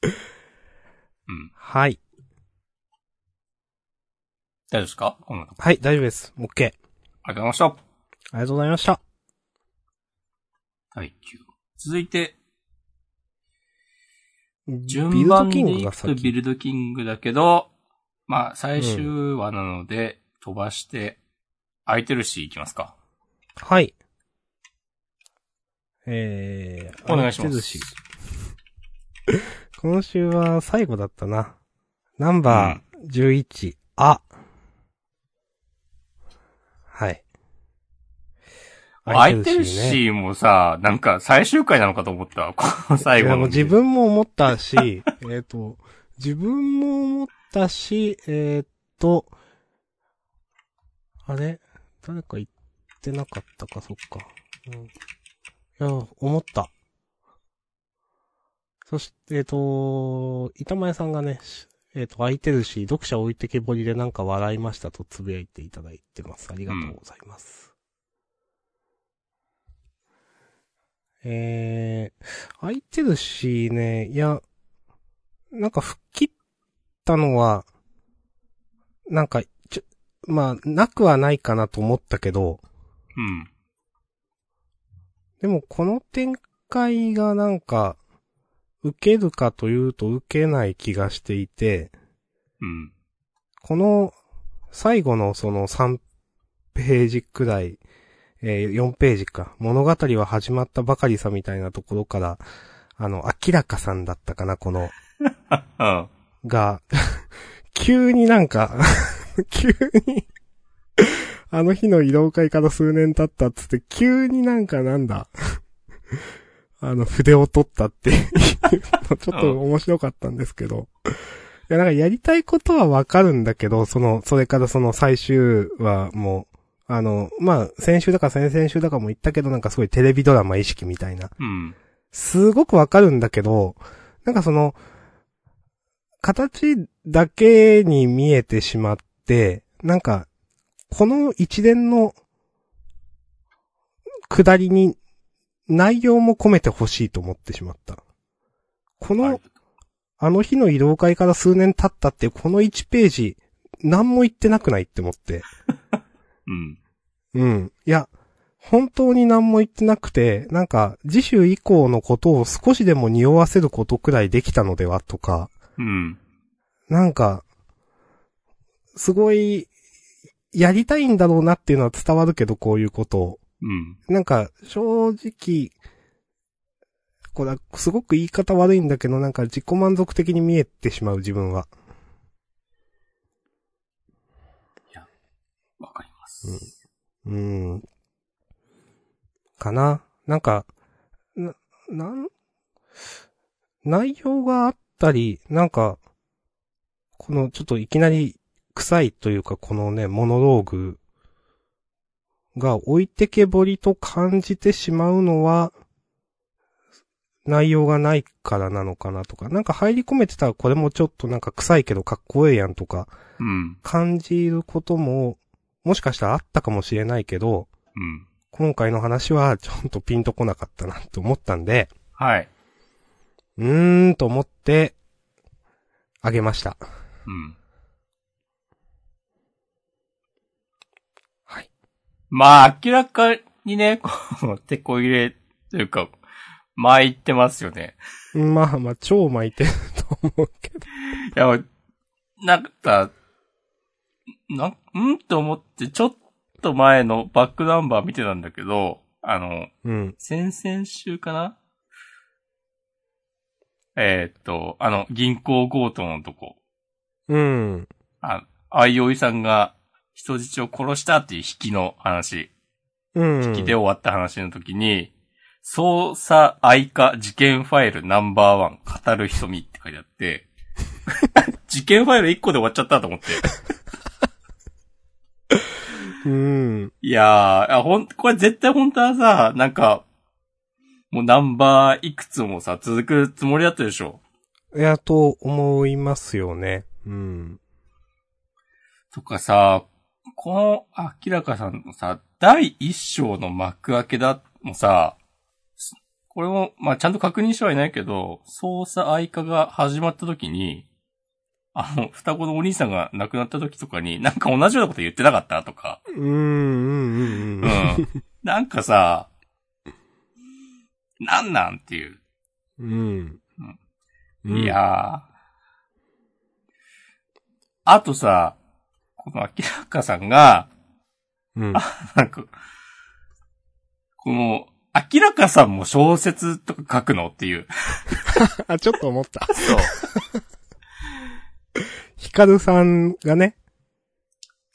A: うん。
B: はい。
A: 大丈夫ですかこんなとこ。
B: はい、大丈夫です。OK。あり
A: ありがとうございまし
B: がとうございました。
A: た。第9。続いて、
B: ビ
A: 順
B: ルド
A: 番
B: キ
A: で
B: ング
A: い
B: が
A: くと
B: 先。
A: ビルドキングだけど、まあ、最終話なので、飛ばして、空いてるし、いきますか。
B: はい。えー、
A: お願いします
B: あの手寿司今週は最後だったな。ナンバー11、あ。はい。
A: 空いてるし、もうさ、なんか最終回なのかと思った わ。この最
B: い
A: 後
B: や
A: の。
B: もう自分も思った し、えっと、自分も思ったし、えっと、あれ誰か言ってなかったか、そっか。うん、いや、思った。そして、えっ、と、板前さんがね、しえっ、と、空いてるし、読者置いてけぼりでなんか笑いましたとつぶやいていただいてます。ありがとうございます。えー、空いてるしね、いや、なんか吹っ切ったのは、なんか、ちょ、まあ、なくはないかなと思ったけど、
A: うん。
B: でもこの展開がなんか、受けるかというと受けない気がしていて、
A: うん。
B: この、最後のその3ページくらい、えー4ページか、物語は始まったばかりさみたいなところから、あの、明らかさんだったかな、この、
A: うん。
B: が、 急になんか、 急に、あの日の移動会から数年経ったっつって、急になんかなんだ、 あの、筆を取ったっていう の、ちょっと面白かったんですけど。いや、なんかやりたいことはわかるんだけど、その、それからその最終はもう、あの、まあ、先週だか先々週だかも言ったけど、なんかすごいテレビドラマ意識みたいな。
A: うん。
B: すごくわかるんだけど、なんかその、形だけに見えてしまって、なんか、この一連の、下りに、内容も込めてほしいと思ってしまった。この、
A: はい
B: あの日の移動会から数年経ったって、この1ページ、何も言ってなくないって思って。
A: うん。
B: うん。いや、本当に何も言ってなくて、なんか、次週以降のことを少しでも匂わせることくらいできたのではとか、
A: うん。
B: なんか、すごい、やりたいんだろうなっていうのは伝わるけど、こういうことを。
A: うん。
B: なんか、正直、これはすごく言い方悪いんだけど、なんか自己満足的に見えてしまう自分は。
A: わかります。
B: うん。かな。なんか、な、なん、内容があったり、なんか、このちょっといきなり臭いというか、このね、モノローグが置いてけぼりと感じてしまうのは、内容がないからなのかなとか、なんか入り込めてたらこれもちょっとなんか臭いけどかっこええやんとか、
A: うん。
B: 感じることももしかしたらあったかもしれないけど、
A: うん。
B: 今回の話はちょっとピンとこなかったなと思ったんで、
A: はい。
B: うーんと思って、あげました。
A: うん。
B: はい。
A: まあ、明らかにね、 こう、手こ入れというか、巻いてますよね。
B: まあまあ、超巻いてると思うけど。
A: いや、なんか、なん、うんと思って、ちょっと前のバックナンバー見てたんだけど、あの、
B: うん。
A: 先々週かなえーっと、あの、銀行強盗のとこ。
B: うん。
A: あ、あいおいさんが人質を殺したっていう引きの話、
B: うん。
A: 引きで終わった話の時に、捜査愛化事件ファイルナンバーワン語る瞳って書いてあ って、事件ファイル1個で終わっちゃったと思って。
B: うん。
A: いやー、あほん、これ絶対本当はさ、なんか、もうナンバーいくつもさ、続くつもりだったでしょ。
B: いや、と思いますよね。うん。
A: とかさ、この、明らかさんのさ、第一章の幕開けだ、もさ、すこれも、まあ、ちゃんと確認してはいないけど、捜査愛化が始まった時に、あの、双子のお兄さんが亡くなった時とかに、なんか同じようなこと言ってなかったとか、
B: うん、うん、うん
A: う。ん。なんかさ、なんなんっていう。
B: うん。うん
A: い。やー。あとさ、この明らかさんが、
B: うん。
A: なんか、この、明らかさんも小説とか書くのっていう。
B: あ、ちょっと思った。
A: そう。
B: ヒカルさんがね、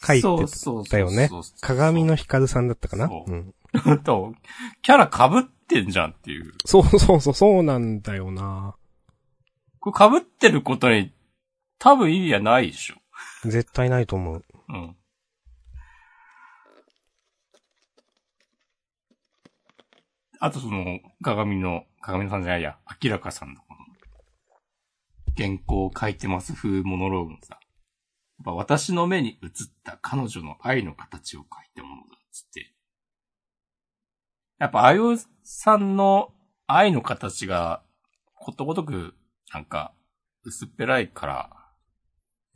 B: 書いてたよね。鏡のヒカルさんだったかな。
A: そううんと、キャラ被ってんじゃんっていう。
B: そうそうそう、そうなんだよな。
A: これ被ってることに多分意味はないでしょ。
B: 絶対ないと思う。
A: うん。あとその、鏡の、鏡のさんじゃないや、明らかさんのこの、原稿を書いてます風モノローグのさ、やっぱ私の目に映った彼女の愛の形を書いたものだ、つって。やっぱ、あゆうさんの愛の形が、ことごとく、なんか、薄っぺらいから、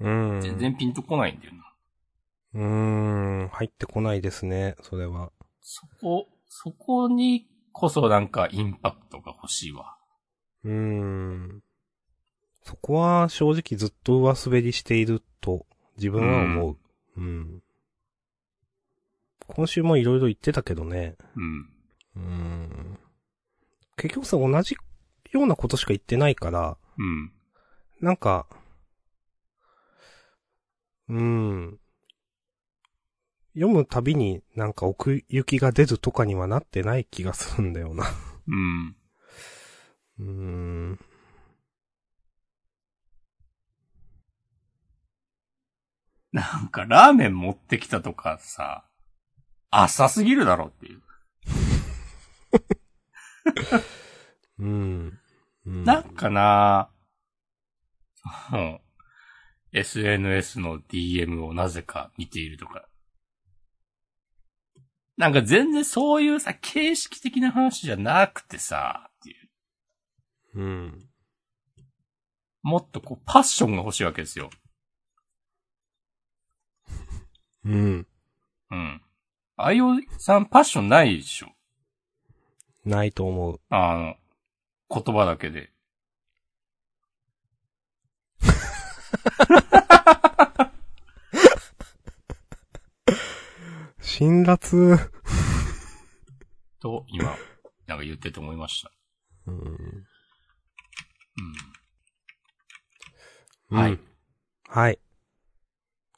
B: うん。
A: 全然ピンとこないんだよな。
B: うーん、入ってこないですね、それは。
A: そこ、そこにこそなんかインパクトが欲しいわ。
B: うーん。そこは正直ずっと上滑りしていると自分は思う。うん。今週もいろいろ言ってたけどね。
A: うん。
B: うん。結局さ、同じようなことしか言ってないから、
A: うん。
B: なんか、うん。読むたびになんか奥行きが出るとかにはなってない気がするんだよな。
A: うん。
B: うーん。
A: なんかラーメン持ってきたとかさ、浅すぎるだろっていう。
B: うん。うん
A: なんかなぁ、うん、SNS の DM をなぜか見ているとか。なんか全然そういうさ、形式的な話じゃなくてさ、っていう。
B: うん。
A: もっとこう、パッションが欲しいわけですよ。
B: うん。
A: うん。あいおさんパッションないでしょ
B: ないと思う。
A: あの、言葉だけで。
B: 辛辣。
A: と、今、なんか言ってて思いました。
B: うん。
A: うん。はい。。
B: はい。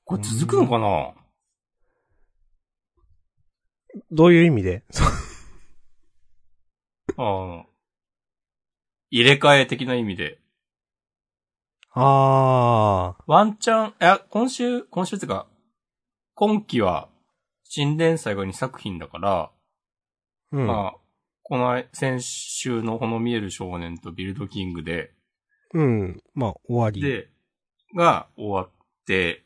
A: これ続くのかな
B: どういう意味で そ
A: あの、入れ替え的な意味で。
B: あー。
A: ワンチャン、いや、今週、今週っていうか、今期は、新連載が2作品だから、
B: うん。
A: まあ、この先週のほの見える少年とビルドキングで、
B: うん。まあ、終わり。
A: で、が終わって、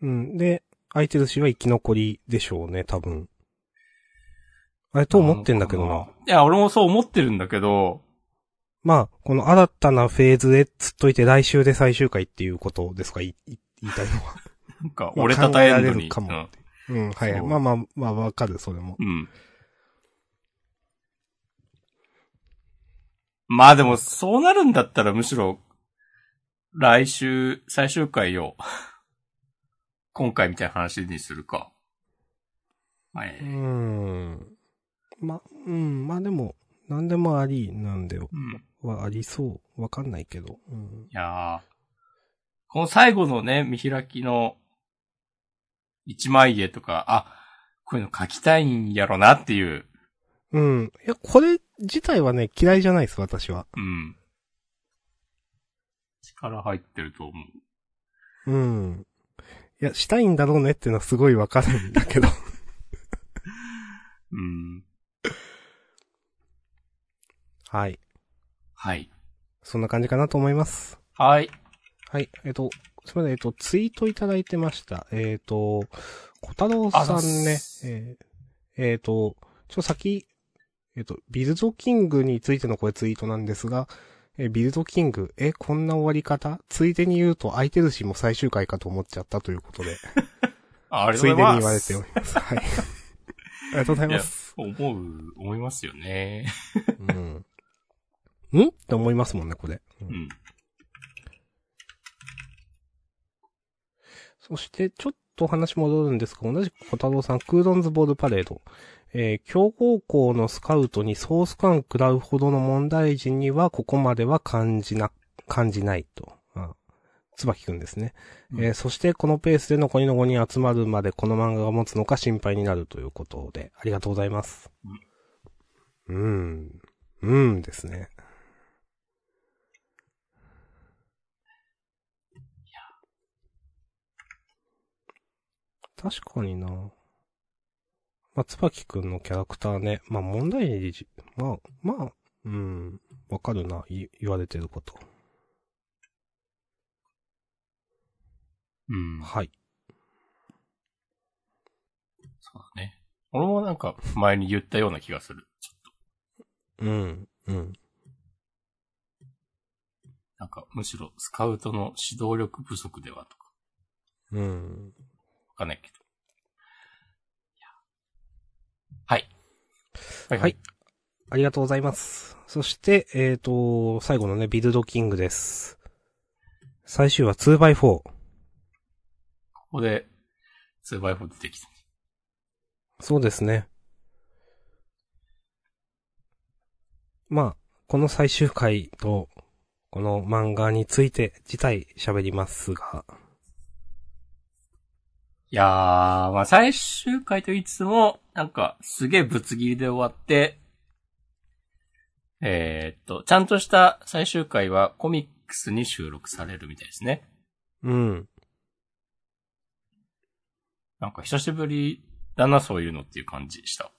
B: うん。で、空いてるしは生き残りでしょうね、多分。あれと思ってんだけどな。
A: のかいや、俺もそう思ってるんだけど、
B: まあ、この新たなフェーズでつっといて来週で最終回っていうことですか、いい言いたいの は。
A: なんか、俺たたえ
B: まあ
A: るの
B: 考えられ
A: に。
B: るかも
A: うん
B: うん、はいはい。
A: そう
B: まあまあ、まあわかる、それも。
A: うん。まあでも、そうなるんだったらむしろ、来週、最終回を、今回みたいな話にするか。はい。
B: う
A: うん。
B: ん。ま、うん、まあでも、なんでもありなんで
A: い
B: はありそう。わかんないけど。うん。
A: やーこの最後のね、見開きの、一枚絵とか、あ、こういうの書きたいんやろなっていう。
B: うん。いや、これ自体はね、嫌いじゃないです、私は。
A: うん。力入ってると思う。
B: うん。いや、したいんだろうねってのはすごいわかるんだ けど。
A: うん。
B: はい。
A: はい。
B: そんな感じかなと思います。
A: はい。
B: はい、えっ、と、すみません、えっ、と、ツイートいただいてました。えっ、と、小太郎さ
A: あざっ
B: んね、
A: す
B: えっ、えーと、ちょっと先、えっ、と、ビルドキングについてのこれツイートなんですが、えービルドキング、え、こんな終わり方ついでに言うと、空いてるしも最終回かと思っちゃったということで、
A: あありが
B: つ
A: と
B: いうで
A: ご
B: に
A: ざいま
B: 言
A: す。
B: われております。はい。ありがとうございます。
A: 思う、思いますよね。
B: うん。んって思いますもんね、これ。うん
A: うん。
B: そして、ちょっとお話戻るんですが、同じく小太郎さん、クードンズボールパレード。えー強豪校のスカウトにソース感食らうほどの問題児には、ここまでは感じな、感じないと。あ椿くんですね、
A: うん
B: えーそして、このペースで残りの5人集まるまでこの漫画が持つのか心配になるということで、ありがとうございます。うーん。うーんですね。確かになまあ、つばきくんのキャラクターね。まあ、問題にじ、まあ、まあ、うん、わかるな、い言われてること。
A: うん。
B: はい。
A: そうだね。俺もなんか前に言ったような気がする。ちょっと、
B: うん、うん。
A: なんかむしろスカウトの指導力不足ではとか、
B: うん。
A: わかんないけど。はい。はい
B: はい。ありがとうございます。そして、えっ、と、最後のね、ビルドキングです。最終話 2x4。
A: ここで、2 x 4出てきた。
B: そうですね。まあ、この最終回と、この漫画について自体喋りますが、
A: いやー、まあ最終回と言いつつも、なんかすげえぶつ切りで終わって、えー、っと、ちゃんとした最終回はコミックスに収録されるみたいですね。
B: うん。
A: なんか久しぶりだな、そういうのっていう感じした。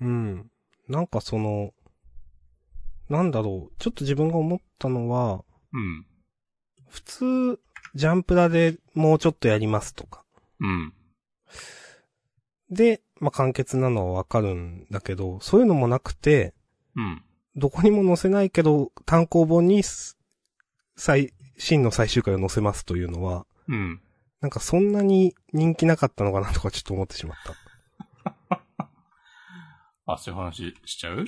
B: うん。なんかその、なんだろう。ちょっと自分が思ったのは、
A: うん。
B: 普通、ジャンプラでもうちょっとやりますとか。
A: うん。
B: で、まあ、簡潔なのはわかるんだけど、そういうのもなくて、
A: うん。
B: どこにも載せないけど、単行本にす、最、真の最終回を載せますというのは、
A: うん。
B: なんかそんなに人気なかったのかなとかちょっと思ってしまった。
A: あ、そういう話しちゃう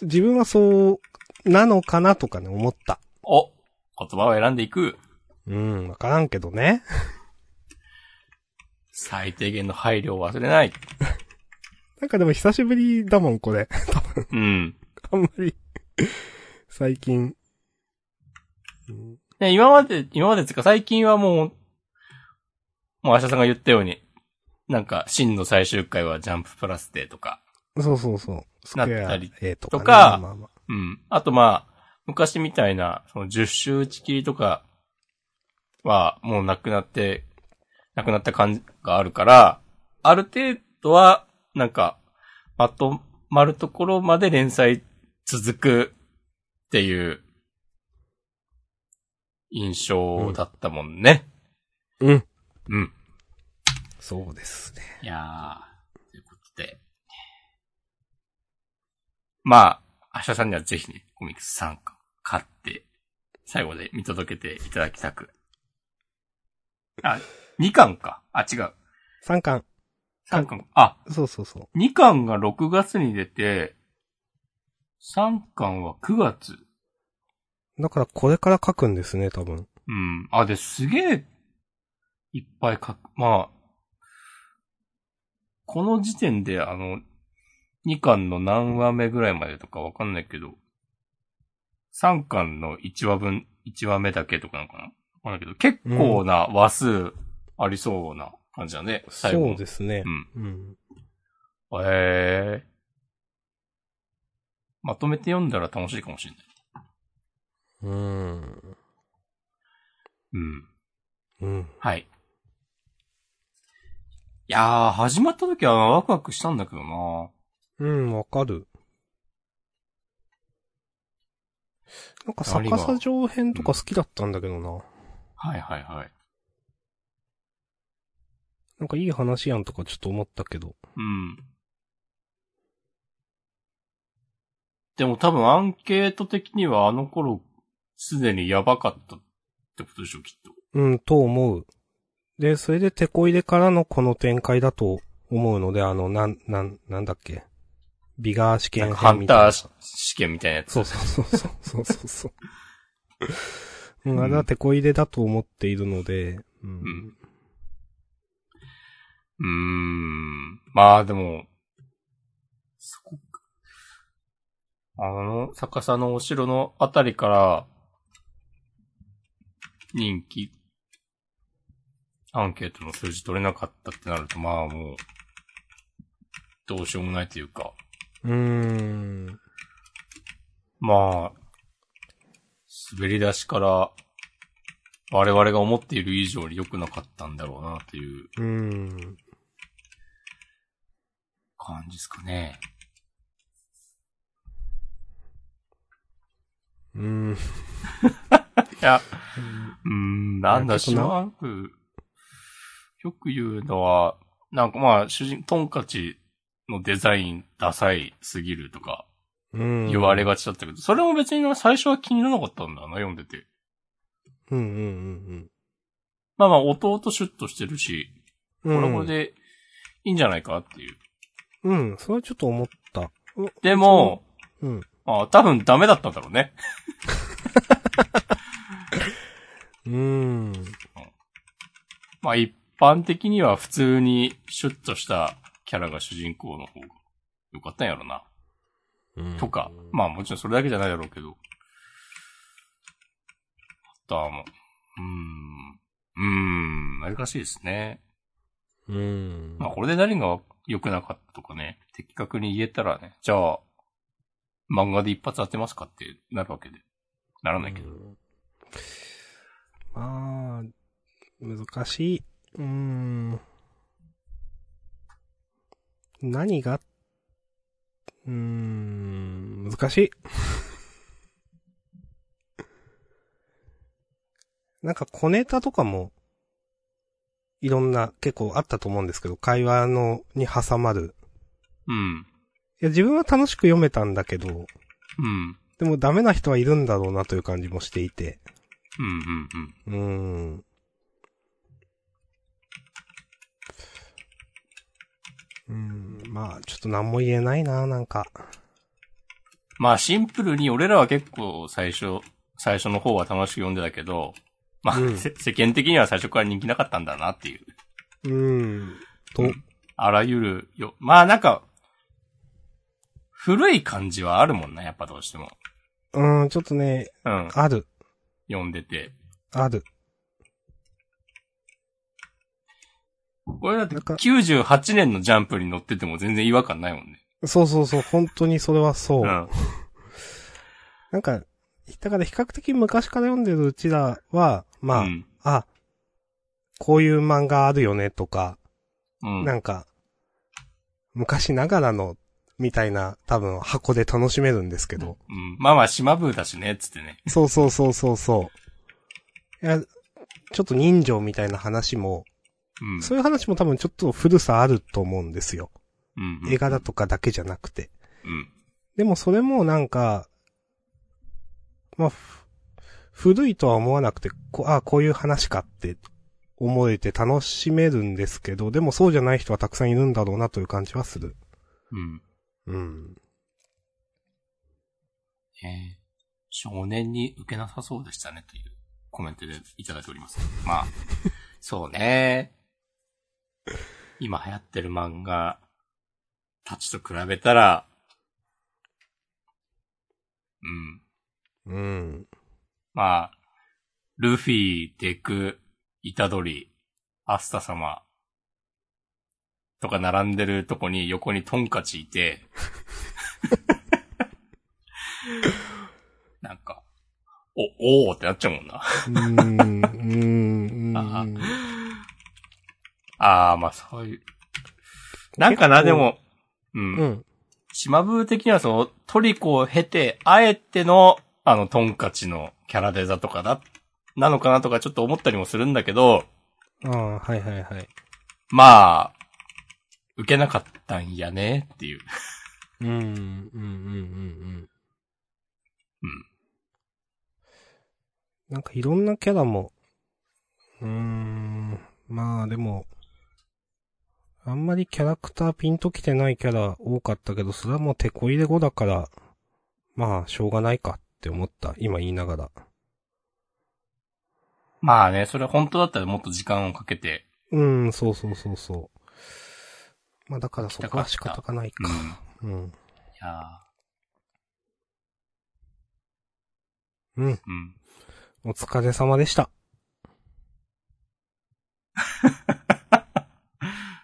B: 自分はそう、なのかなとかね、思った。
A: お言葉を選んでいく。
B: うん、わからんけどね。
A: 最低限の配慮を忘れない。
B: なんかでも久しぶりだもん、これ。
A: うん。
B: あんまり、最近。うん
A: ね、今まで、今までっていうか最近はもう、もう明日さんが言ったように、なんか、真の最終回はジャンププラスでとか、
B: そうそうそう。スクエ
A: なっ
B: ア
A: たり
B: A とか、ね。
A: とか
B: まあまあ
A: うん。あとまあ、昔みたいな、その10周打ち切りとかは、もうなくなって、なくなった感じがあるから、ある程度は、なんか、まとまるところまで連載続くっていう、印象だったもんね。
B: うん。
A: うん。
B: そうですね。
A: いやー、ということで。まあ、明日さんにはぜひね、コミックス3巻買って、最後で見届けていただきたく。あ、2巻か。あ、違う。
B: 3巻。
A: 3巻。あ、
B: そうそうそう。
A: 2巻が6月に出て、3巻は9月。
B: だからこれから書くんですね、多分。
A: うん。あ、で、すげえ、いっぱい書く。まあ、この時点で、あの、2巻の何話目ぐらいまでとかわかんないけど、3巻の1話分、1話目だけとかなのかなわかんないけど、結構な話数ありそうな感じだね、最後。
B: そうですね
A: う。ん。
B: うん。
A: へえ。まとめて読んだら楽しいかもしれない。
B: うん。
A: うん。
B: うん。
A: はい。いやー、始まった時はワクワクしたんだけどな
B: うん、わかる。なんか
A: 何が
B: 逆さ上編とか好きだったんだけどな。
A: はいはいはい。
B: なんかいい話やんとかちょっと思ったけど。
A: うん。でも多分アンケート的にはあの頃、すでにやばかったってことでしょ、きっと。
B: うん、と思う。で、それで手こ入れからのこの展開だと思うので、あの、なん、なん、なんだっけ。ビガー試
A: な
B: 験
A: んかハ
B: 編
A: ン
B: みたいな。
A: ター試験みたいなやつ。
B: そうそうそうそうそうそうそう。うん、あれは手こ入れだと思っているので、うん。
A: んうーん。まあでも、そこか、あの、逆さのお城のあたりから、人気、アンケートの数字取れなかったってなると、まあもう、どうしようもないというか、
B: うーん。
A: まあ、滑り出しから、我々が思っている以上に良くなかったんだろうな、という
B: うん。
A: 感じですかね。
B: うん。
A: いや、うーん、なん
B: い
A: だ、
B: やちょ
A: シ
B: っとな
A: マンク、よく言うのは、なんかまあ、主人、トンカチのデザインダサいすぎるとか
B: うん。
A: 言われがちだったけど、それも別にな最初は気にならなかったんだな、読んでて。
B: うんうんうん
A: まあまあ、弟シュッとしてるし、
B: う
A: こ
B: ん。
A: れはこれでいいんじゃないかっていう。
B: うん、それはちょっと思った。お
A: でも、
B: うん。
A: あ多分ダメだったんだろうね。
B: うん。
A: まあ一般的には普通にシュッとしたキャラが主人公の方が良かったんやろな。とか、まあもちろんそれだけじゃないだろうけど。あとはもう、うーん、うーん、難しいですね。
B: うん。
A: まあこれで何が良くなかったとかね、的確に言えたらね、じゃあ、漫画で一発当てますかってなるわけで。ならないけど。
B: まあ、難しい。うーん。何が、うーん、難しい。 なんか小ネタとかも、いろんな結構あったと思うんですけど、会話の、に挟まる。
A: うん。
B: いや、自分は楽しく読めたんだけど、
A: うん。
B: でもダメな人はいるんだろうなという感じもしていて。
A: うん、うん、うん。
B: うーん。うーん、まあ、ちょっと何も言えないな、なんか。
A: まあシンプルに俺らは結構最初、最初の方は楽しく読んでたけど、まあ、
B: うん
A: せ世間的には最初から人気なかったんだなっていう。
B: うーん。と、
A: あらゆるよ、まあなんか、古い感じはあるもんな、やっぱどうしても。
B: うーん、ちょっとね、
A: うん。
B: ある、
A: 読んでて。
B: ある。
A: これだって
B: なんか
A: 98年のジャンプに乗ってても全然違和感ないもんね。
B: そうそうそう、本当にそれはそうう。
A: ん。
B: なんか、だから比較的昔から読んでるうちらは、まあ、
A: うん。
B: あ、こういう漫画あるよね、とか、
A: うん。
B: なんか、昔ながらの、みたいな、多分箱で楽しめるんですけど。
A: うんまあまあ、島風だしね、つってね。
B: そうそうそうそうそう。いや、ちょっと人情みたいな話も、
A: うん。
B: そういう話も多分ちょっと古さあると思うんですよ。
A: うんうん
B: 絵柄とかだけじゃなくて。
A: うん。
B: でもそれもなんか、まあ、ふ古いとは思わなくて、こあこういう話かって思えて楽しめるんですけど、でもそうじゃない人はたくさんいるんだろうなという感じはする。
A: うん。
B: うん。
A: ねえ少年に受けなさそうでしたねというコメントでいただいております。まあ、そうね。今流行ってる漫画たちと比べたら、うん。
B: うん。
A: まあ、ルフィ、デク、イタドリ、アスタ様とか並んでるとこに横にトンカチい て、なんか、お、おーってなっちゃうもんな。
B: うん。うん。
A: あ ああ、まあそういう。なんかな、
B: 結
A: で
B: 構
A: も、うん。
B: うん。
A: 島風的にはそのトリコを経て、あえての、あの、トンカチのキャラデザとかだ、なのかなとかちょっと思ったりもするんだけど、
B: ああ、はいはいはい。
A: まあ、受けなかったんやねっていう。
B: うん。うん。うん。うん。
A: うん。
B: なんかいろんなキャラも、うーん、まあでも、あんまりキャラクターピンときてないキャラ多かったけど、それはもう手こ入れ後だから、まあ、しょうがないかって思った。今言いながら。
A: まあね、それは本当だったらもっと時間をかけて、
B: うん、そうそうそうそう。まあだからそこは仕方がない
A: うん。い
B: か。
A: や
B: うん。うん。
A: ーうん。
B: お疲れ様でした。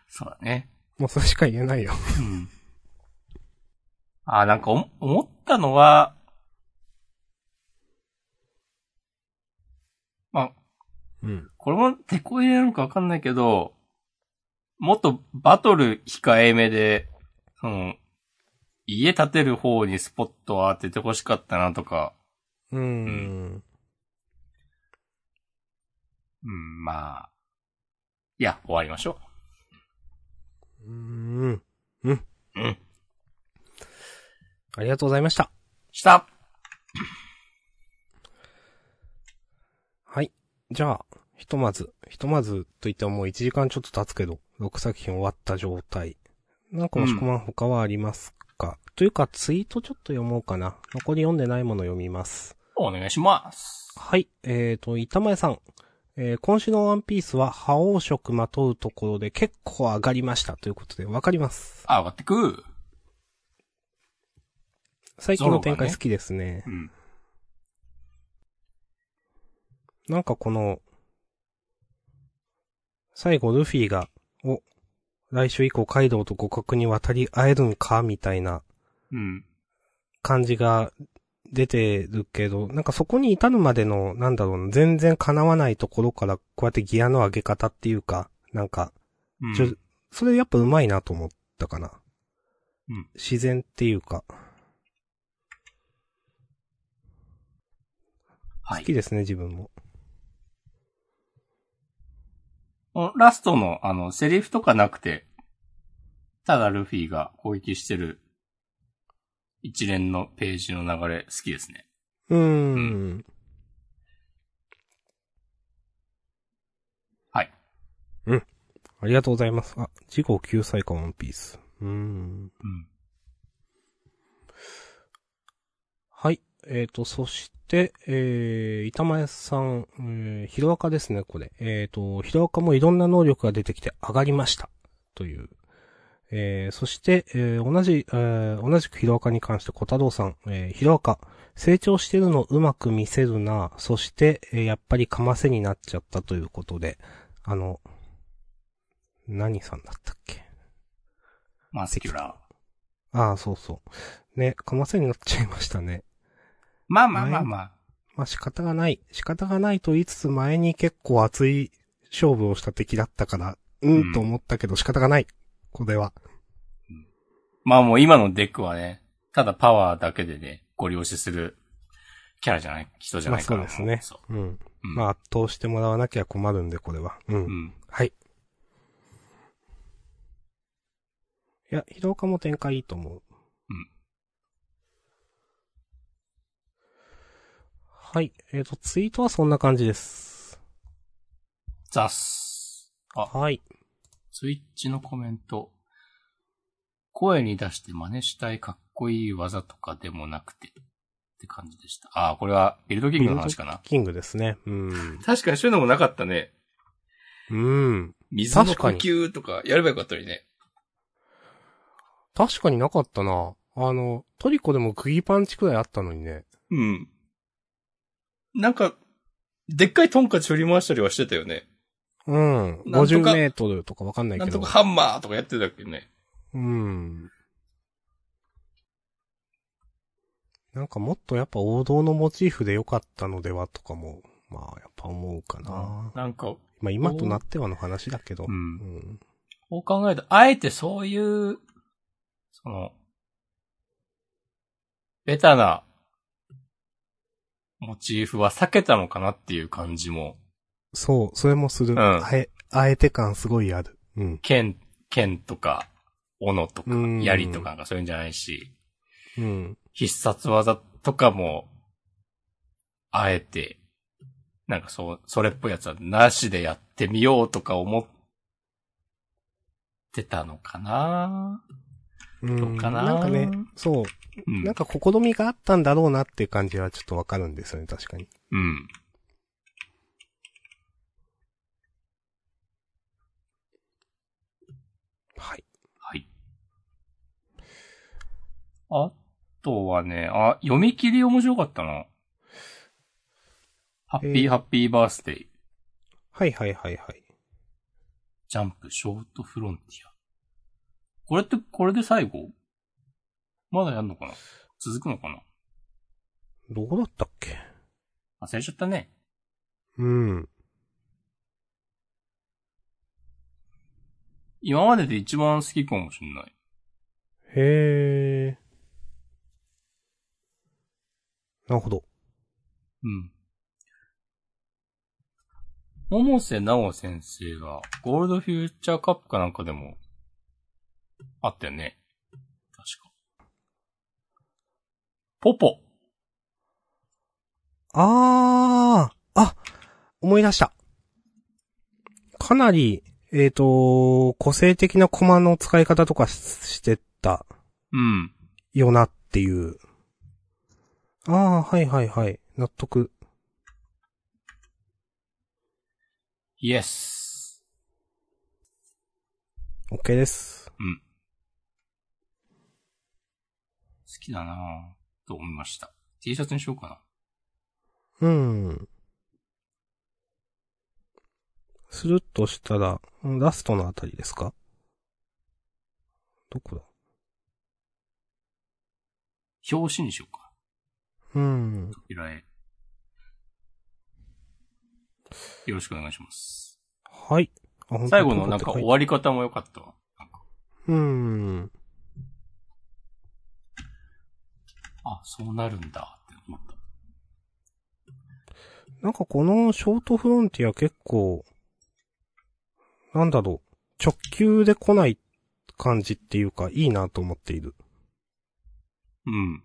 A: そうだね。
B: もうそれしか言えないよ。
A: うん。あーなんかお思ったのは、まあ、
B: うん。
A: これも手こ入れなのかわかんないけど、もっとバトル控えめで、その、家建てる方にスポットを当てて欲しかったなとか、
B: うーん。
A: うん、まあ、いや、終わりましょ
B: うーん。
A: う。うん。
B: ありがとうございました。
A: した
B: はい。じゃあ、ひとまず、ひとまずといってももう1時間ちょっと経つけど、6作品終わった状態。なんか、
A: うん
B: 押し込まん他はありますか、というか、ツイートちょっと読もうかな。残り読んでないもの読みます。
A: お願いします。
B: はい。えーと、板前さん。えー今週のワンピースは、覇王色まとうところで結構上がりました。ということで、わかります。
A: あ、上がってく。
B: 最近の展
A: ゾロが
B: 開
A: ね
B: 好きですね
A: うん。
B: なんかこの、最後ルフィが、お、来週以降カイドウと互角に渡り合えるんかみたいな
A: うん。
B: 感じが出てるけど、なんかそこに至るまでの、なんだろうな、全然叶わないところから、こうやってギアの上げ方っていうか、なんか、
A: うん
B: ちょ、それやっぱ上手いなと思ったかな。
A: うん
B: 自然っていうか、
A: は
B: 好
A: い
B: き。ですね、自分も。
A: おラストの、あの、セリフとかなくて、ただルフィが攻撃してる一連のページの流れ好きですね。
B: うーん。
A: うはい。
B: ありがとうございます。あ、事後救済か、ワンピース。うーん。
A: うん。
B: はい。えっ、と、そして、えー、板前さん、えー、ヒロアカですね、これ。えっ、と、ヒロアカもいろんな能力が出てきて上がりました。という。えー、そして、えー、同じ、えー、同じくヒロアカに関して小太郎さん、えー、ヒロアカ、成長してるのうまく見せるな、そして、えーやっぱりかませになっちゃったということで、あの、何さんだったっけ
A: マスキュラー。
B: ああ、そうそう。ね、かませになっちゃいましたね。
A: まあまあまあまあ。
B: まあ仕方がない。仕方がないと言いつつ前に結構熱い勝負をした敵だったから、うん、
A: うん
B: と思ったけど仕方がない。これは。
A: まあもう今のデックはね、ただパワーだけでね、ご利用しするキャラじゃない、人じゃな
B: まあ
A: いか
B: そう
A: ら。
B: ですね
A: そ。
B: うん。
A: う。うん、
B: まあ圧倒してもらわなきゃ困るんで、これは。うん。
A: うん。
B: はい。いや、広岡も展開いいと思う。
A: うん。
B: はい。えっ、と、ツイートはそんな感じです。
A: ザス。あ、
B: はい。
A: ツイッチのコメント。声に出して真似したいかっこいい技とかでもなくて、って感じでした。ああ、これはビルドキングの話かな。
B: キングですね。 うん。
A: 確かにそういうのもなかったね。
B: うん。
A: 水の
B: 確
A: 呼
B: かに
A: 吸とかやればよかったのにね。
B: 確かになかったな。あの、トリコでも釘パンチくらいあったのにね。
A: うん。なんか、でっかいトンカチ振り回したりはしてたよね。
B: うん。
A: なんと
B: 50
A: か
B: メートルとかわかんない
A: な
B: け
A: んと
B: ど
A: か。ハンマーとかやってたけどね。
B: うん。なんかもっとやっぱ王道のモチーフで良かったのではとかも、まあやっぱ思うかな。
A: なんか、
B: まあ今となってはの話だけど。
A: うん
B: うん。
A: こう考えると、あえてそういう、その、ベタな、モチーフは避けたのかなっていう感じも、
B: そう、それもする。
A: ん
B: あえ、あえて感すごいある。うん。
A: 剣、剣とか、斧とか
B: うん、
A: 槍とかがそういうんじゃないし、
B: うん。
A: 必殺技とかも、あえて、なんかそう、それっぽいやつはなしでやってみようとか思ってたのかな
B: うん
A: どうかなん
B: かね、そう、
A: うん。
B: なんか試みがあったんだろうなっていう感じはちょっとわかるんですよね、確かに。
A: うん。
B: はい。
A: はい。あとはね、あ、読み切り面白かったな。ハッピ
B: え
A: ー
B: ー
A: ハッピーバースデー、
B: はいはいはいはい。
A: ジャンプ、ショートフロンティア。これって、これで最後まだやんのかな続くのかな
B: どこだったっけ
A: 忘れちゃったね。
B: うん。
A: 今までで一番好きかもしんない。
B: へえ。なるほど。
A: うん。桃瀬直先生が、ゴールドフューチャーカップかなんかでも、あったよね。確か。ポポ。
B: あー、あ、思い出した。かなり、えっ、と、個性的なコマの使い方とかししてた
A: うん。
B: よなっていう。あー、はいはいはい。納得。
A: イエス。
B: OK です。
A: 好きだなぁ、と思いました。T シャツにしようかな。
B: うん。するとしたら、うんラストのあたりですかどこだ
A: 表紙にしようか。
B: うん。
A: 扉へ。よろしくお願いします。
B: はい。あ本当に
A: 最後のなんか
B: ここって書いてある
A: 終わり方も良かったわ。なんか
B: うん。
A: あ、そうなるんだって思った。
B: なんかこのショートフロンティア結構、なんだろう、直球で来ない感じっていうか、いいなと思っている。
A: うん。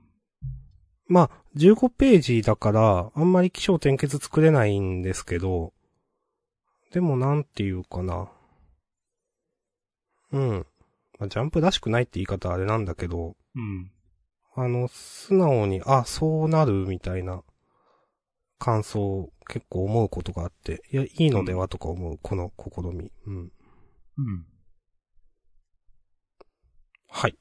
B: まあ、15ページだから、あんまり気象転結作れないんですけど、でもなんていうかな。うん。まあ、ジャンプらしくないって言い方あれなんだけど、
A: うん。
B: あの、素直に、あ、そうなるみたいな感想を結構思うことがあって、いや、いいのではとか思う、この試み。うん。
A: うん。
B: はい。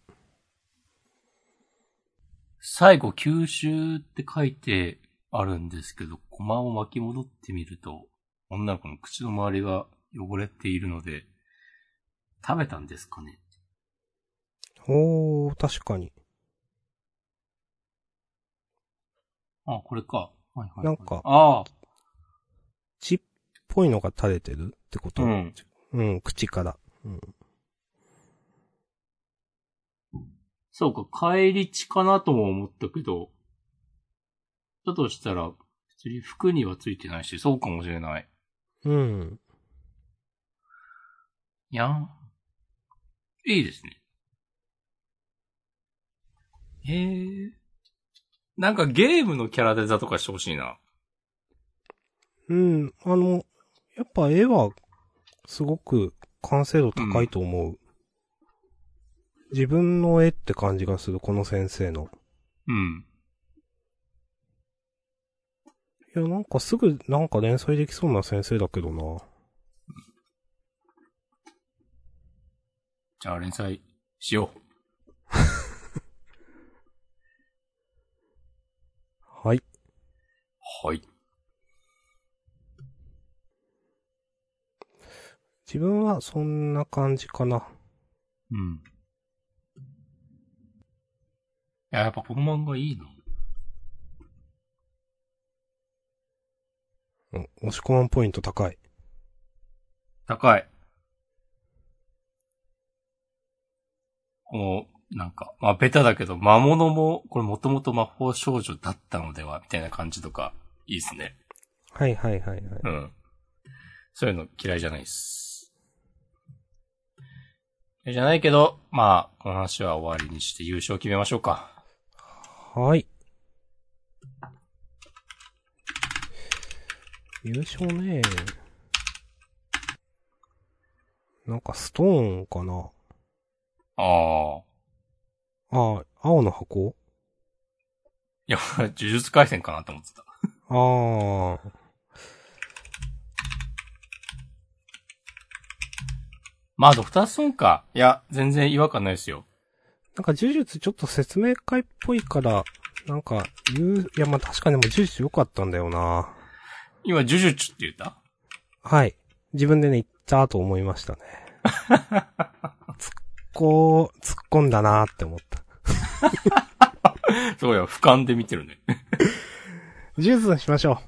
A: 最後、吸収って書いてあるんですけど、コマを巻き戻ってみると、女の子の口の周りが汚れているので、食べたんですかね
B: おー、確かに。
A: あ、これか。はいはいはい、
B: なんか
A: ああ、
B: 血っぽいのが垂れてるってこと、
A: うん。
B: うん、口から。うん。
A: そうか、帰り地かなとも思ったけど、だとしたら、別に服にはついてないし、そうかもしれない。
B: うん。
A: いやん。いいですね。へえ。なんかゲームのキャラデザとかしてほしいな。
B: うん、あの、やっぱ絵は、すごく完成度高いと思う。自分の絵って感じがする、この先生の。
A: うん。
B: いや、なんかすぐ、なんか連載できそうな先生だけどな。
A: じゃあ連載しよう。
B: はい。
A: はい。
B: 自分はそんな感じかな。
A: うん。いや、やっぱこの漫画いいな。
B: うん、押し込まんポイント高い。
A: 高い。この、なんか、まあ、ベタだけど、魔物も、これもともと魔法少女だったのでは、みたいな感じとか、いいですね。
B: はいはいはいはい。
A: うん。そういうの嫌いじゃないです。嫌いじゃないけど、まあ、この話は終わりにして優勝決めましょうか。
B: はい。優勝ね。なんかストーンかな。
A: ああ。
B: ああ、青の箱
A: いや、俺呪術回戦かなと思ってた。
B: ああ、
A: まあ、ドクターストーンか。いや、全然違和感ないですよ。
B: なんか呪術ちょっと説明会っぽいから、なんか言う、いやまあ確かにでも呪術良かったんだよな。
A: 今、呪術って言った
B: はい。自分でね、言ったと思いましたね。突っこ、突っ込んだなーって思った。
A: すごいよ、俯瞰で見てるね。
B: ジュースにしましょ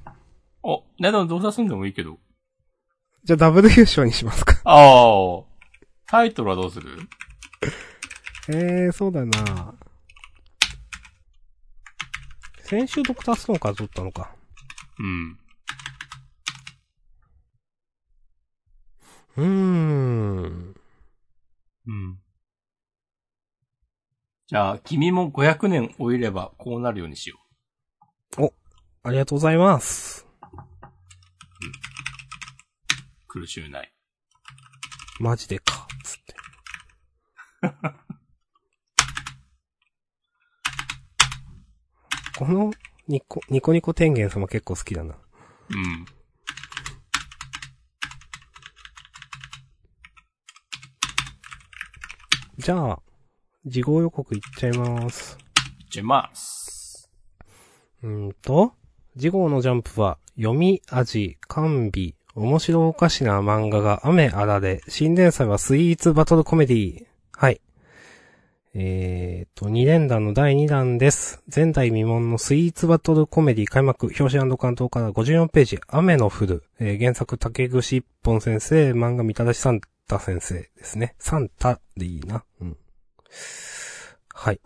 B: う。
A: お、なでもドクターストーンでもいいけど。
B: じゃあダブル優勝にしますか。
A: ああ。タイトルはどうする
B: えー、そうだな先週ドクターストーンから撮ったのか。
A: うん。
B: うー
A: うん。
B: ん。
A: じゃあ、君も500年老いればこうなるようにしよ
B: ありがとうございます。
A: う。苦しゅうない。
B: マジでか。つって。この、ニコ、ニコニコ天元様結構好きだ
A: う
B: な。
A: ん。
B: じゃあ、事後予告いっちゃいます。
A: じゃ、ます。
B: うーんと、次号のジャンプは、読み、味、甘美、面白おかしな漫画が雨あられ、新連載はスイーツバトルコメディはい。えーと、2連弾の第2弾です。前代未聞のスイーツバトルコメディ開幕、表紙関東から54ページ、雨の降る、えー原作竹串一本先生、漫画みたらしサンタ先生ですね。サンタでいいな。うん。はい。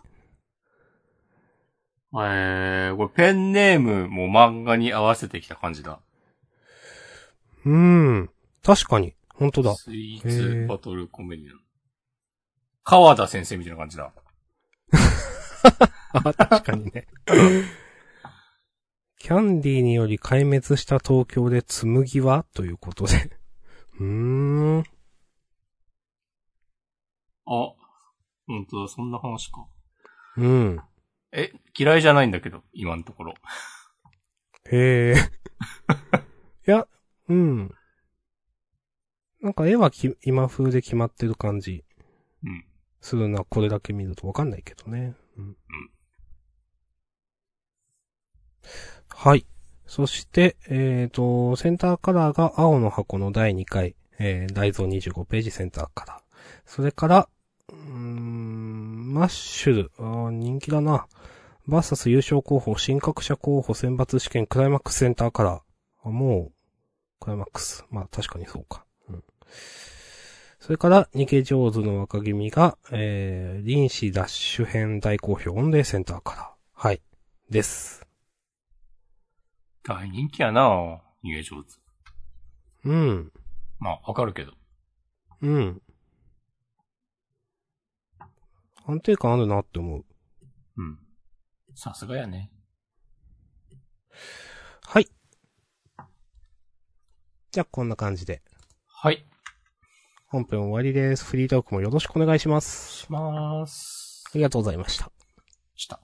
A: えー、これペンネームも漫画に合わせてきた感じだ。
B: うーん。確かに。本当だ。
A: スイ
B: へ
A: ーツ
B: ー
A: バトルコメディなの。川田先生みたいな感じだ。
B: あ、 確かにね。キャンディーにより壊滅した東京で紬はということで。 うーん。
A: あ、ほんとだ、そんな話か。
B: うん。
A: え、嫌いじゃないんだけど、今のところ。
B: へえ。いや、うん。なんか絵はき今風で決まってる感じ
A: うん。
B: するな、これだけ見るとわかんないけどね。うん。はい。そして、えっ、と、センターカラーが青の箱の第2回、えー、大蔵25ページセンターカラー。それから、うーん、マッシュル、あー人気だな。バーサス優勝候補、新格者候補選抜試験クライマックスセンターカラー。あもう、クライマックス。まあ確かにそうか。うん。それから、ニケ上手の若君が、えー、臨死ダッシュ編大好評音霊センターカラー。はい。です。
A: 大人気やなぁ、逃げ上手。
B: うん。
A: まあ、わかるけど。
B: うん。安定感あるなって思う。
A: うん。さすがやね。
B: はい。じゃあ、こんな感じで。
A: はい。
B: 本編終わりです。フリートークもよろしくお願いします。
A: しまーす。
B: ありがとうございました。
A: した。